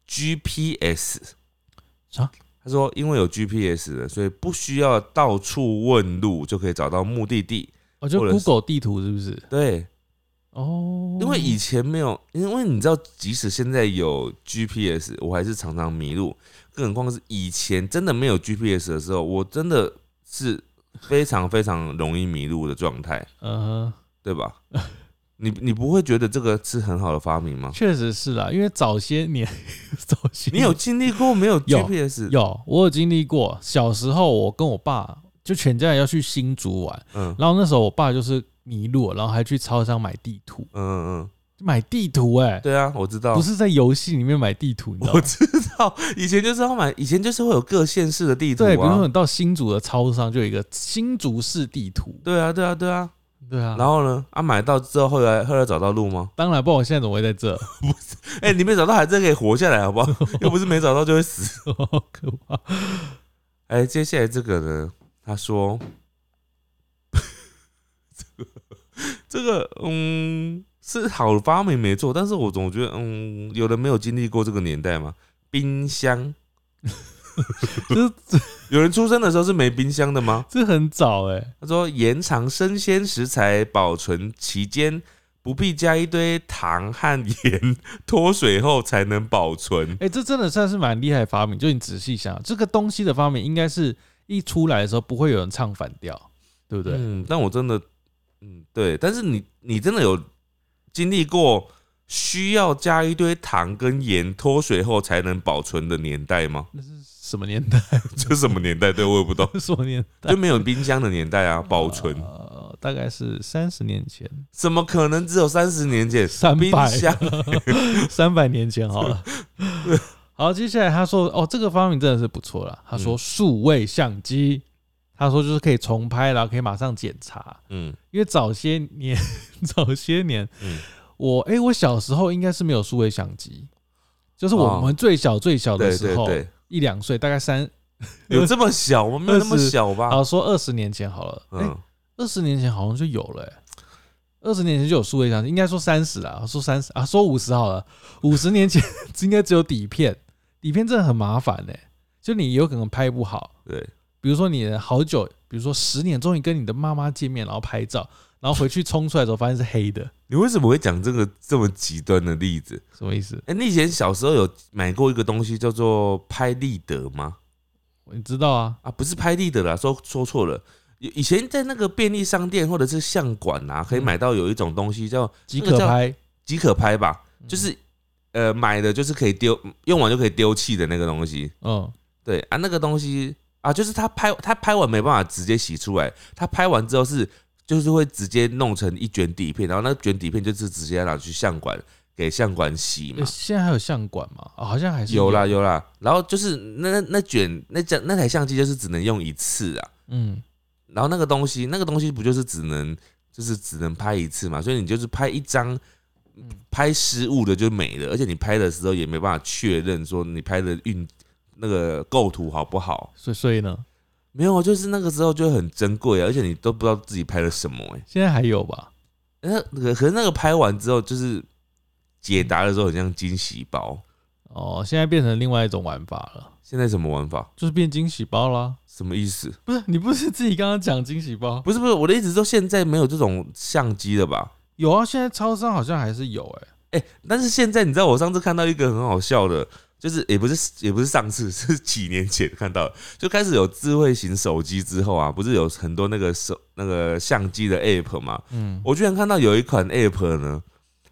Speaker 2: GPS
Speaker 1: 啥？
Speaker 2: 他说，因为有 GPS 了，所以不需要到处问路就可以找到目的地。
Speaker 1: 我就
Speaker 2: 或者是
Speaker 1: Google 地图是不是？
Speaker 2: 对，
Speaker 1: 哦，
Speaker 2: 因为以前没有，因为你知道，即使现在有 GPS，我还是常常迷路。更何况是以前真的没有 GPS 的时候，我真的是非常非常容易迷路的状态。
Speaker 1: 嗯
Speaker 2: 对吧？你你不会觉得这个是很好的发明 吗
Speaker 1: 哼，？确实是啦，因为早些年， 早些
Speaker 2: 你有经历过没有
Speaker 1: 有
Speaker 2: GPS？
Speaker 1: 有我有经历过，小时候我跟我爸就全家人要去新竹玩，
Speaker 2: 嗯
Speaker 1: 然后那时候我爸就是迷路了，然后还去超商买地图，
Speaker 2: 嗯嗯
Speaker 1: 买地图哎、
Speaker 2: 嗯，对啊，我知道，
Speaker 1: 不是在游戏里面买地图，你知道
Speaker 2: 我
Speaker 1: 吗？
Speaker 2: 知道，啊以前就是要买，以前就是会有各县市的地图
Speaker 1: 对，比如说
Speaker 2: 啊
Speaker 1: 你，到新竹的超商就有一个新竹市地图，
Speaker 2: 对啊对啊对啊。
Speaker 1: 对啊，
Speaker 2: 然后呢？啊，买到之后后来后来找到路 吗？
Speaker 1: 当然，不然我现在怎么会在这？
Speaker 2: 哎，你没找到还真可以活下来，好不好？ 又不是没找到就会死。
Speaker 1: 好可怕！
Speaker 2: 哎，接下来这个呢？他说， 这个这个嗯是好发明没错，但是我总觉得嗯，有人没有经历过这个年代嘛，冰 箱。
Speaker 1: 这这
Speaker 2: 有人出生的时候是没冰箱的吗？
Speaker 1: 这很早哎、
Speaker 2: 他说延长生鲜食材保存期间，不必加一堆糖和盐，脱水后才能保存
Speaker 1: 哎、。这真的算是蛮厉害的发明。就你仔细想，这个东西的发明应该是一出来的时候不会有人唱反调，对不对？
Speaker 2: 嗯，但我真的，嗯，对，但是你你真的有经历过需要加一堆糖跟盐脱水后才能保存的年 代吗？
Speaker 1: 那是什么年代？
Speaker 2: 这是什么年代？对我也不懂，
Speaker 1: 什么年代？
Speaker 2: 就没有冰箱的年代啊，保存
Speaker 1: 呃，大概是三十年前，
Speaker 2: 怎么可能只有三十年前？
Speaker 1: 三
Speaker 2: 冰
Speaker 1: 百
Speaker 2: 箱
Speaker 1: 三百年前好了。 好，接下来他说，哦，这个发明真的是不错了。他说
Speaker 2: 嗯
Speaker 1: 数位相机，他说就是可以重拍，然后可以马上检查。
Speaker 2: 嗯
Speaker 1: 因为早些年， 早些年，
Speaker 2: 嗯
Speaker 1: 我哎、我小时候应该是没有数位相机，就是我
Speaker 2: 哦
Speaker 1: 们最小最小的
Speaker 2: 对
Speaker 1: 时
Speaker 2: 对
Speaker 1: 候，
Speaker 2: 对，
Speaker 1: 一两岁，大概三，
Speaker 2: 有这么小吗？没有那么小吧？
Speaker 1: 好说二十年前好了，哎、
Speaker 2: 啊嗯，
Speaker 1: 二十年前好像就有了、哎二十年前就有数位相机，应该说三十啦，说三十啊，说五十好了，五十年前应该只有底片， 底片真的很麻烦哎、就你有可能拍不好，
Speaker 2: 对，
Speaker 1: 比如说你好久，比如说十年，终于跟你的妈妈见面，然后拍照，然后回去冲出来的时候发现是黑的，
Speaker 2: 你为什么会讲这个这么极端的例子？
Speaker 1: 什么意思？
Speaker 2: 哎、你以前小时候有买过一个东西叫做拍立得吗？
Speaker 1: 你知道啊？
Speaker 2: 啊，不是拍立得啦，说说错了。以以前在那个便利商店或者是相馆啊，可以买到有一种东西叫
Speaker 1: 嗯即
Speaker 2: 那
Speaker 1: 可
Speaker 2: 个叫
Speaker 1: 拍，
Speaker 2: 即可拍吧，
Speaker 1: 嗯
Speaker 2: 就是呃买的就是可以丢，用完就可以丢弃的那个东西。
Speaker 1: 嗯，
Speaker 2: 对啊，那个东西啊，就是他拍他拍完没办法直接洗出来，他拍完之后是就是会直接弄成一卷底片，然后那卷底片就是直接拿去相馆给相馆洗嘛
Speaker 1: 诶。现在还有相馆吗？哦好像还是
Speaker 2: 嗯有啦，有啦，然后就是那那那卷那张那台相机就是只能用一次啊，
Speaker 1: 嗯，
Speaker 2: 然后那个东西那个东西不就是只能就是只能拍一次嘛，所以你就是拍一张
Speaker 1: 嗯，
Speaker 2: 拍失误的就没了，而且你拍的时候也没办法确认说你拍的运那个构图好不好，
Speaker 1: 所以所以呢，
Speaker 2: 没有，就是那个时候就很珍贵、啊，而且你都不知道自己拍了什么哎、
Speaker 1: 现在还有吧？
Speaker 2: 那可可是那个拍完之后就是解答的时候很像惊喜包，
Speaker 1: 哦，现在变成另外一种玩法了，
Speaker 2: 现在什么玩法？
Speaker 1: 就是变惊喜包啦。
Speaker 2: 什么意思？
Speaker 1: 不是你不是自己刚刚讲惊喜包？
Speaker 2: 不是不是，我的意思是说现在没有这种相机了吧？
Speaker 1: 有啊，现在超商好像还是有欸诶。
Speaker 2: 哎、但是现在你知道，我上次看到一个很好笑的，就是也不是也不是上次， 是几年前看到的，就开始有智慧型手机之后啊，不是有很多那个手那个相机的 app 嘛？
Speaker 1: 嗯，
Speaker 2: 我居然看到有一款 app 呢，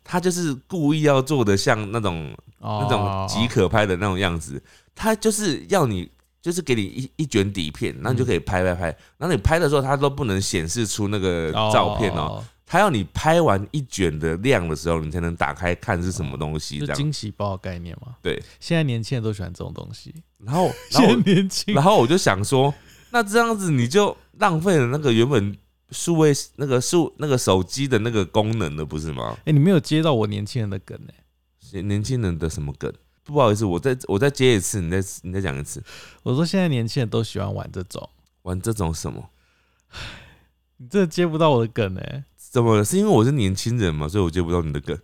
Speaker 2: 它就是故意要做的像那种
Speaker 1: 那
Speaker 2: 那种即可拍的那种样子，它就是要你。就是给你一一卷嗯底片，然后你就可以拍拍拍，然后你拍的时候，它都不能显示出那个照片哦，他要你拍完一卷的量的时候，你才能打开看是什么东西
Speaker 1: 就
Speaker 2: 这样。
Speaker 1: 惊喜包的概念嘛。
Speaker 2: 对，
Speaker 1: 现在年轻人都喜欢这种东西，
Speaker 2: 然后
Speaker 1: 现
Speaker 2: 然后
Speaker 1: 在
Speaker 2: 我
Speaker 1: 年轻
Speaker 2: 然后我就想说，那这样子你就浪费了那个原本数位那个数那个手机的那个功能了，不是吗？
Speaker 1: 哎、你没有接到我年轻人的梗哎、
Speaker 2: 年轻人的什么梗？不好意思，我再我再接一次，你再你再讲一次，
Speaker 1: 我说现在年轻人都喜欢玩这种，
Speaker 2: 玩这种什么？
Speaker 1: 你真的接不到我的梗哎、
Speaker 2: 怎么了？是因为我是年轻人嘛，所以我接不到你的梗。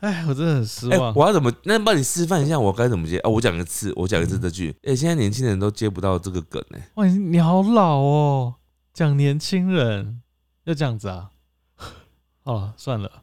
Speaker 1: 哎，我真的很失
Speaker 2: 哎、
Speaker 1: 望。
Speaker 2: 我要怎么？那帮你示范一下，我该怎么接？啊，我讲一次，我讲一次这句。哎、现在年轻人都接不到这个梗呢、
Speaker 1: 哇，你你好老哦，讲年轻人要这样子啊？ 好了，算 了，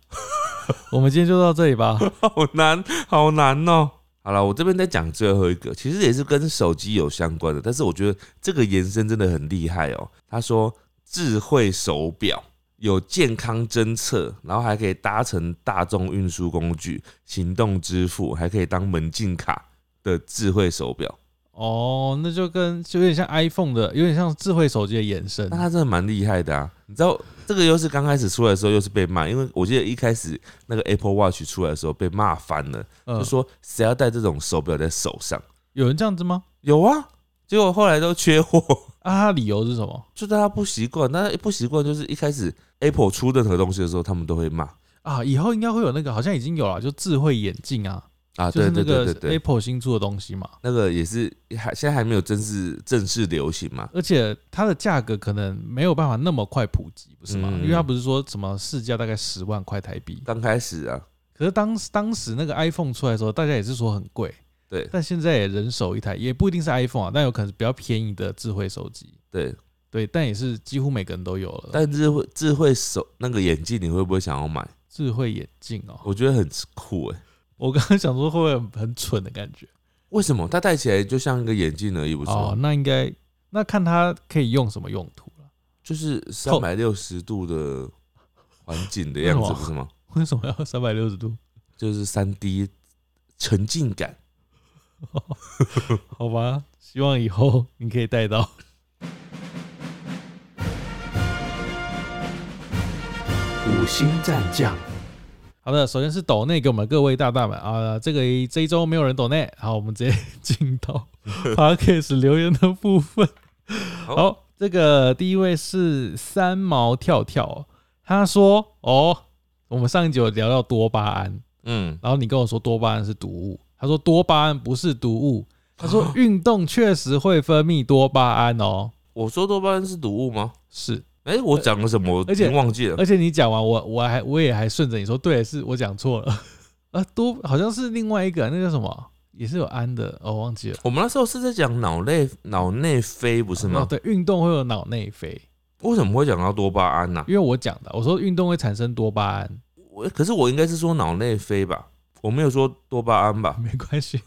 Speaker 1: 我们今天就到这里吧。
Speaker 2: 好难，好难哦。好了，我这边再讲最后一个，其实也是跟手机有相关的，但是我觉得这个延伸真的很厉害哦。他说，智慧手表有健康侦测，然后还可以搭乘大众运输工具、行动支付，还可以当门禁卡的智慧手表，
Speaker 1: 哦，那就跟就有点像 iPhone 的，有点像智慧手机的延伸
Speaker 2: 那。它真的蛮厉害的啊。你知道这个又是刚开始出来的时候又是被骂，因为我记得一开始那个 Apple Watch 出来的时候被骂翻了，
Speaker 1: 嗯
Speaker 2: 就，说谁要戴这种手表在手上。
Speaker 1: 有人这样子吗？
Speaker 2: 有啊，结果后来都缺货，
Speaker 1: 啊，他理由是什么？
Speaker 2: 就大家不习惯。那不习惯就是一开始 Apple 出任何东西的时候，他们都会骂
Speaker 1: 啊，以后应该会有那个，好像已经有了，就智慧眼镜啊，
Speaker 2: 啊，
Speaker 1: 就
Speaker 2: 对
Speaker 1: 是那
Speaker 2: 对对
Speaker 1: 个
Speaker 2: 对对，
Speaker 1: Apple 新出的东西嘛。
Speaker 2: 那个也是还现在还没有正式正式流行嘛。
Speaker 1: 而且它的价格可能没有办法那么快普及，不是吗？
Speaker 2: 嗯
Speaker 1: 因为它不是说什么市价大概十万块台币，
Speaker 2: 刚开始啊，
Speaker 1: 可是当时当时那个 iPhone 出来的时候，大家也是说很贵，
Speaker 2: 对
Speaker 1: 但现在也人手一台，也不一定是 iPhone 啊，但有可能是比较便宜的智慧手机，
Speaker 2: 对，
Speaker 1: 对，但也是几乎每个人都有了。
Speaker 2: 但智慧智慧手那个眼镜你会不会想要买？
Speaker 1: 智慧眼镜哦、
Speaker 2: 我觉得很酷哎、
Speaker 1: 我刚刚想说会不会很很蠢的感觉？
Speaker 2: 为什么它戴起来就像一个眼镜而已，不是啊
Speaker 1: 哦
Speaker 2: 吗？，
Speaker 1: 那应该那看它可以用什么用途了？
Speaker 2: 就是三百六十度的环境的样
Speaker 1: 为什
Speaker 2: 子，
Speaker 1: 么
Speaker 2: 不是吗？
Speaker 1: 为什么要三百六十度？
Speaker 2: 就是三 D 沉浸感。
Speaker 1: 好吧，希望以后你可以带到。
Speaker 3: 五星战将，
Speaker 1: 好的，首先是抖内给我们各位大大们啊，这个这一周没有人抖内，好，我们直接进 到 podcast 留言的部分。
Speaker 2: 好
Speaker 1: 好，这个第一位是三毛跳跳哦，他说哦，我们上一集有聊到多巴胺，
Speaker 2: 嗯，
Speaker 1: 然后你跟我说多巴胺是毒物，他说多巴胺不是毒物，
Speaker 2: 哦
Speaker 1: 他说运动确实会分泌多巴胺哦，
Speaker 2: 我说多巴胺是毒物吗？
Speaker 1: 是，
Speaker 2: 哎、我讲了什么？我
Speaker 1: 呃而
Speaker 2: 已
Speaker 1: 且
Speaker 2: 经忘记了。
Speaker 1: 而且你讲完我我还我也还顺着你说，对，是我讲错了， 啊，多好像是另外一个那叫什么，也是有氨的，哦，忘记了，
Speaker 2: 我们那时候是在讲脑内脑内啡，不是
Speaker 1: 哦
Speaker 2: 吗？
Speaker 1: 对，运动会有脑内啡，
Speaker 2: 为什么会讲到多巴胺呢、
Speaker 1: 因为我讲的，我说运动会产生多巴胺，
Speaker 2: 我可是我应该是说脑内啡吧，我没有说多巴胺吧。
Speaker 1: 没关 系，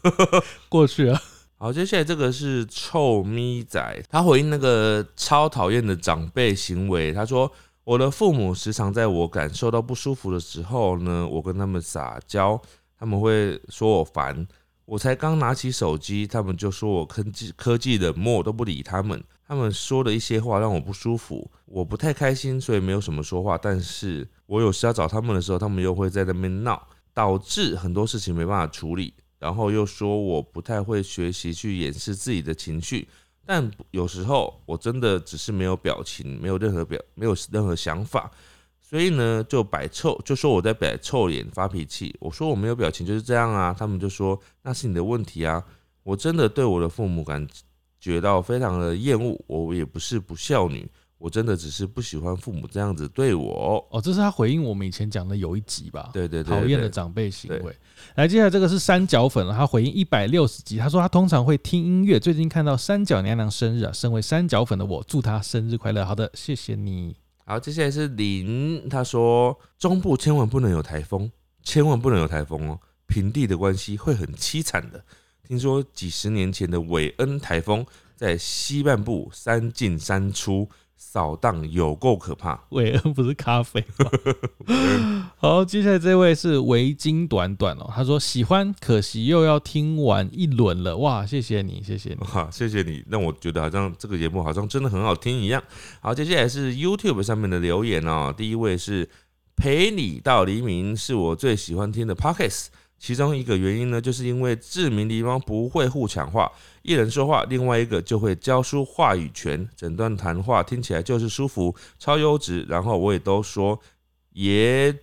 Speaker 1: 过去了，
Speaker 2: 好，接下来这个是臭咪仔，他回应那个超讨厌的长辈行为，他说：“我的父母时常在我感受到不舒服的时候呢，我跟他们撒娇，他们会说我烦。我才刚拿起手机，他们就说我科技科技冷漠，都不理他们。他们说的一些话让我不舒服，我不太开心，所以没有什么说话。但是我有事要找他们的时候，他们又会在那边闹，导致很多事情没办法处理。然后又说我不太会学习去掩饰自己的情绪，但有时候我真的只是没有表情，没有任何表，没有任何想法，所以呢就摆臭，就说我在摆臭脸发脾气。我说我没有表情就是这样啊，他们就说那是你的问题啊。我真的对我的父母感觉到非常的厌恶，我也不是不孝女，我真的只是不喜欢父母这样子对我。
Speaker 1: 哦，这是他回应我们以前讲的有一集吧，
Speaker 2: 对对对对
Speaker 1: 讨厌的长辈行为。来，接下来这个是三角粉了，他回应一百六十集，他说他通常会听音乐。最近看到三角娘娘生日啊，身为三角粉的我，祝她生日快乐。好的，谢谢你。
Speaker 2: 好，接下来是林，他说中部千万不能有台风，千万不能有台风哦，平地的关系会很凄惨的。听说几十年前的韦恩台风在西半部三进三出，扫荡有够可怕。
Speaker 1: 韦恩不是咖啡吗？ 好，接下来这位是围巾短短哦，他说喜欢，可惜又要听完一轮了，哇，谢谢你，谢谢 你。
Speaker 2: 哇，谢谢你，让我觉得好像这个节目好像真的很好听一样。好，接下来是 YouTube 上面的留言哦。第一位是陪你到黎明，是我最喜欢听的 Pockets。其中一个原因呢，就是因为志明敌方不会互抢话，一人说话，另外一个就会教出话语权，整段谈话听起来就是舒服，超优质。然后我也都说椰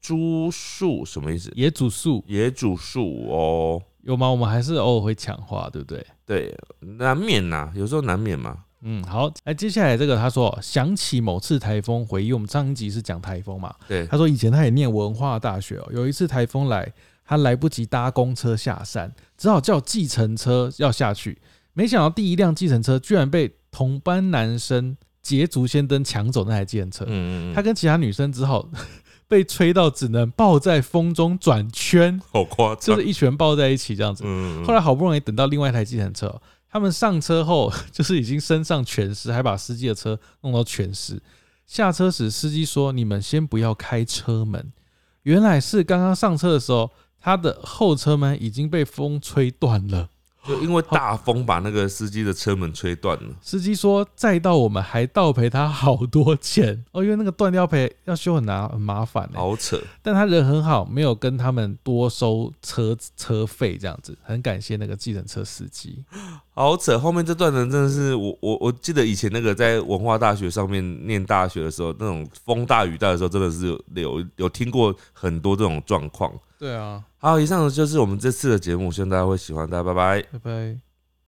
Speaker 2: 猪树什么意思？
Speaker 1: 野主树
Speaker 2: 椰煮树哦，
Speaker 1: 有吗？我们还是偶尔会抢话，对不对？
Speaker 2: 对，难免呐、有时候难免嘛。
Speaker 1: 嗯，好，哎，接下来这个他说想起某次台风，回忆我们上一集是讲台风嘛，
Speaker 2: 对，
Speaker 1: 他说以前他也念文化大学哦、有一次台风来，他来不及搭公车下山，只好叫计程车要下去。没想到第一辆计程车居然被同班男生捷足先登抢走那台计程车，
Speaker 2: 嗯嗯嗯，
Speaker 1: 他跟其他女生只好 被吹到只能抱在风中转圈，
Speaker 2: 好夸
Speaker 1: 就
Speaker 2: 张，
Speaker 1: 是一拳抱在一起这样子。
Speaker 2: 嗯，嗯
Speaker 1: 后来好不容易等到另外一台计程车，他们上车后 就是已经身上全湿，还把司机的车弄到全湿。下车时，司机说：“你们先不要开车门。”原来是刚刚上车的时候，他的后车门已经被风吹断了。
Speaker 2: 就因为大风把那个司机的车门吹断了，
Speaker 1: 司机说：“再到我们还倒赔他好多钱 哦，因为那个断掉赔要修很难很麻烦、欸。
Speaker 2: 好扯。
Speaker 1: 但他人很好，没有跟他们多收车车费这样子，很感谢那个计程车司机。
Speaker 2: 好扯，后面这段人真的是我我我记得以前那个在文化大学上面念大学的时候，那种风大雨大的时候，真的是有有有听过很多这种状况。
Speaker 1: 对啊，
Speaker 2: 好，以上就是我们这次的节目，希望大家会喜欢，大家拜拜。
Speaker 1: 拜拜。